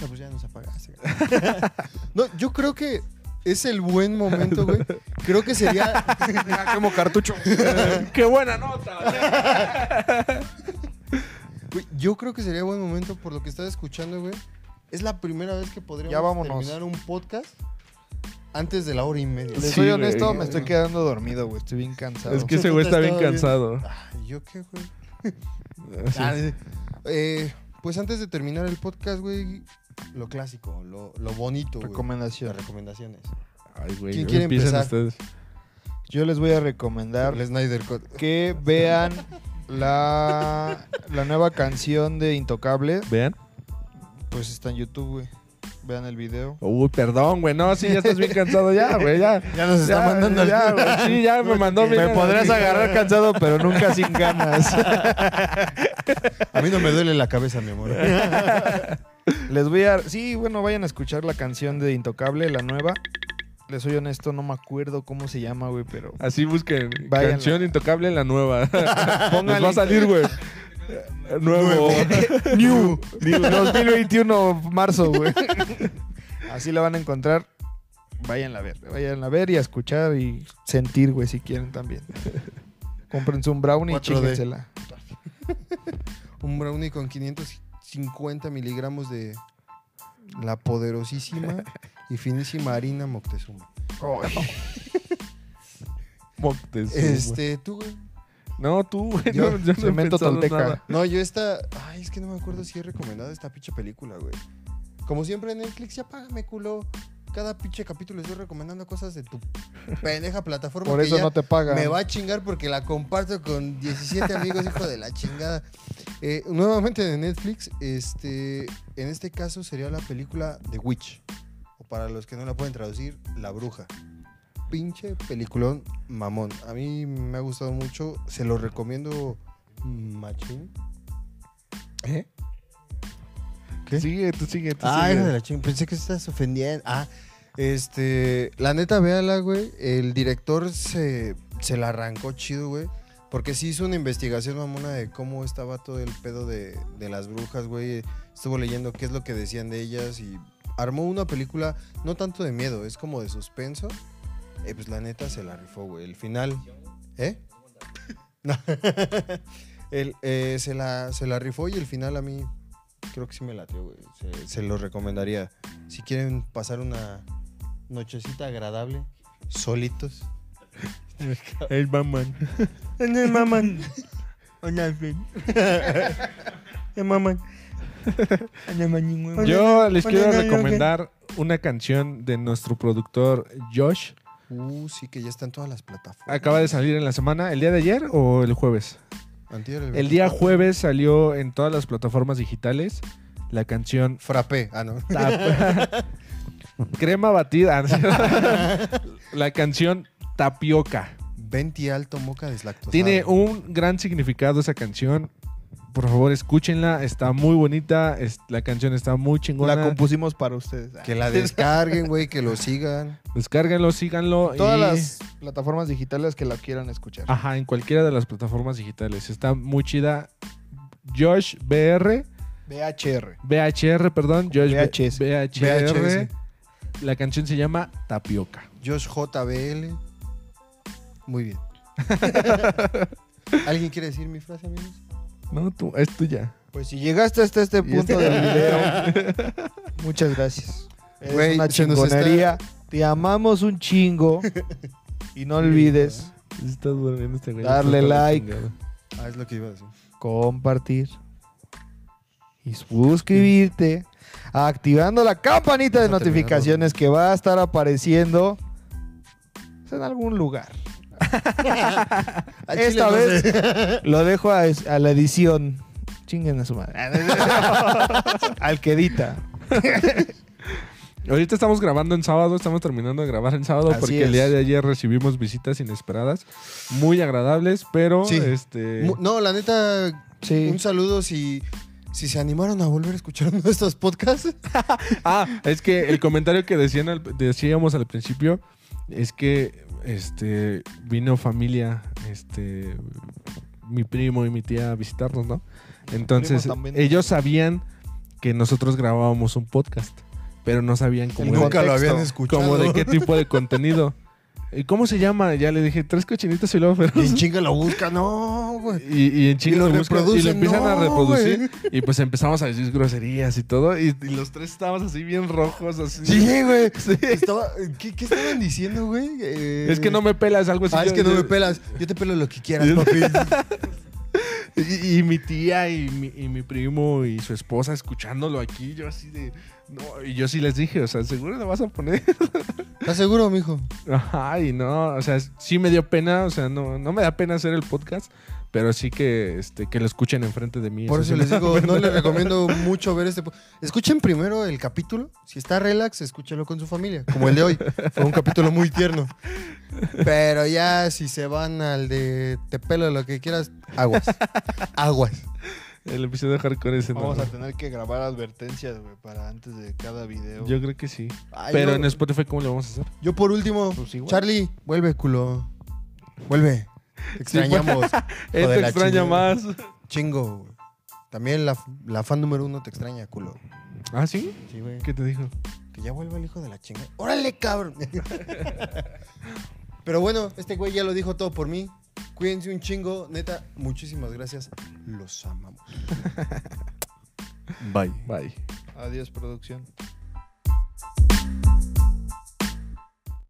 No, pues ya nos apagaste. no, yo creo que es el buen momento, güey. Creo que sería. Como cartucho. ¡Qué buena nota! güey, Pues, yo creo que sería buen momento por lo que estás escuchando, güey. Es la primera vez que podríamos Ya vámonos. terminar un podcast antes de la hora y media. Les Sí, soy güey. honesto, me estoy quedando dormido, güey. Estoy bien cansado. es que Sí, ese tú güey te está has bien estado cansado. Ay, ¿yo qué, güey? Así. Ah, sí. Eh, pues antes de terminar el podcast, güey, lo clásico, lo, lo bonito, güey. Recomendación. Las recomendaciones. Ay, güey, ¿Quién quiere empiecen empezar? ustedes. Yo les voy a recomendar El Snyder Cut. que vean la, la nueva canción de Intocable. ¿Vean? Pues está en YouTube, güey. Vean el video. Uy, perdón, güey. No, sí, ya estás bien cansado ya, güey. Ya, Ya nos está Ya, mandando el- ya, güey, Sí, ya me mandó bien. Me podrás agarrar cansado, pero nunca sin ganas. A mí no me duele la cabeza, mi amor. Les voy a. Sí, bueno, vayan a escuchar la canción de Intocable, la nueva. Les soy honesto, no me acuerdo cómo se llama, güey, pero. Así busquen. Váyanla. Canción intocable, la nueva. Nos Póngale. va a salir, güey. Nuevo. New. 2021, marzo, güey. Así la van a encontrar. Váyanla a ver, váyanla a ver y a escuchar y sentir, güey, si quieren también. Cómprense un brownie y 4D. chíquensela. Un brownie con 550 miligramos de la poderosísima y finísima harina Moctezuma. Moctezuma. Este, tú, güey. No, tú, güey. Yo- no, yo no he cemento pensado tolteca. nada. No, yo esta. Ay, es que no me acuerdo si he recomendado esta pinche película, güey. Como siempre en Netflix, ya págame, culo. Cada pinche capítulo estoy recomendando cosas de tu pendeja plataforma. Por que eso ya no te pagan. Me va a chingar porque la comparto con 17 amigos, hijo de la chingada. Eh, nuevamente de Netflix, este, en este caso sería la película The Witch. O para los que no la pueden traducir, La Bruja. Pinche peliculón mamón. A mí me ha gustado mucho. Se lo recomiendo machín. ¿Eh? ¿Qué? Sigue, tú sigue, tú Ah, sigue. hijo de la ching. Pensé que estás ofendiendo. Ah, este. La neta, véala, güey. El director se, se la arrancó chido, güey. Porque sí hizo una investigación mamona de cómo estaba todo el pedo de, de las brujas, güey. Estuvo leyendo qué es lo que decían de ellas y armó una película no tanto de miedo, es como de suspenso. Eh, pues la neta se la rifó, güey. El final. ¿Eh? No. El, eh, se, la, se la rifó y el final a mí creo que sí me latió, güey. Se, se lo recomendaría. Si quieren pasar una nochecita agradable, solitos. El Batman. maman. maman. Yo les Bueno, quiero no, yo, recomendar una canción de nuestro productor Josh. Uh, sí, que ya están todas las plataformas. Acaba de salir en la semana, ¿el día de ayer o el jueves? Antier, El día jueves salió en todas las plataformas digitales la canción Frappé. Ah, no. Tap- Crema batida. la canción Tapioca. Venti alto moca deslactosado. Tiene un gran significado esa canción Por favor, escúchenla. Está muy bonita. es- la canción está muy chingona. La compusimos para ustedes. Que la descarguen, güey, que lo sigan. Descárguenlo, síganlo. y- Todas las plataformas digitales que la quieran escuchar. Ah. Ajá, en cualquiera de las plataformas digitales. Está muy chida. Josh BR. VHR. BHR, perdón. Josh VHS. BHR. La canción se llama Tapioca. Josh JBL. Muy bien. ¿Alguien quiere decir mi frase, amigos? No, tú, es tuya. Pues si llegaste hasta este Y punto del video, muchas gracias. Es Güey, una se nos está- chingonería. Te amamos un chingo. Y no olvides Estás durmiendo este güey. Darle Está like. chingado. Ah, es lo que iba a decir. compartir y suscribirte activando la campanita de Vamos a terminar notificaciones que va a estar apareciendo en algún luar. Esta vez lo dejo a, a la edición. Chinguen a su madre. Al que edita. Ahorita estamos grabando en sábado, estamos terminando de grabar en sábado Así porque el es. día de ayer recibimos visitas inesperadas, muy agradables, pero Sí. este Mu- No, la neta, Sí. un saludo si, si se animaron a volver a escuchar uno de estos podcasts. Ah, es que el comentario que decían al- decíamos al principio es que este vino familia, este mi primo y mi tía a visitarnos, ¿no? Entonces, primos también. ellos sabían que nosotros grabábamos un podcast, pero no sabían cómo Nunca era- lo habían escuchado. como de qué tipo de contenido. ¿Y cómo se llama? Ya le dije, tres cochinitos y luego Y en feroz. chinga lo busca, no, güey. Y, y en Y chinga lo lo buscan y lo reproducen. empiezan a No, reproducir. Y pues empezamos a decir groserías y todo. Y, y los tres estábamos así bien rojos, así. Sí, güey. Sí. Estaba- ¿qué, qué estaban diciendo, güey? Eh, Es que no me pelas, algo así. Ah, es Yo- que no yo- me pelas. Yo te pelo lo que quieras, papi. Y, y mi tía y mi, y mi primo y su esposa escuchándolo aquí. Yo así de. No, y yo sí les dije, o sea, seguro lo vas a poner. ¿Estás seguro, mijo? Ajá, y no, o sea, sí me dio pena, o sea, no, no me da pena hacer el podcast, pero sí que, este, que lo escuchen enfrente de mí. Por sí eso me les da digo, pena. no les recomiendo mucho ver este. po- Escuchen primero el capítulo. Si está relax, escúchelo con su familia, como el de hoy. Fue un capítulo muy tierno. Pero ya si se van al de te pelo lo que quieras, aguas. Aguas. El episodio de hardcore ese no. Vamos a tener que grabar advertencias, güey, para antes de cada video. Yo creo que sí. Ay, pero yo, en Spotify, ¿cómo lo vamos a hacer? yo por último, Pues igual. Charlie, vuelve, culo. Vuelve. Te extrañamos. Él Joder, Este te la extraña chingada. más. Chingo. güey. También la, la fan número uno te extraña, culo. ¿Ah, sí? Sí, güey. ¿Qué te dijo? Que ya vuelva el hijo de la chinga. ¡Órale, cabrón! Pero bueno, este güey ya lo dijo todo por mí. Cuídense un chingo. Neta, muchísimas gracias. Los amamos. Bye. Bye. Adiós, producción.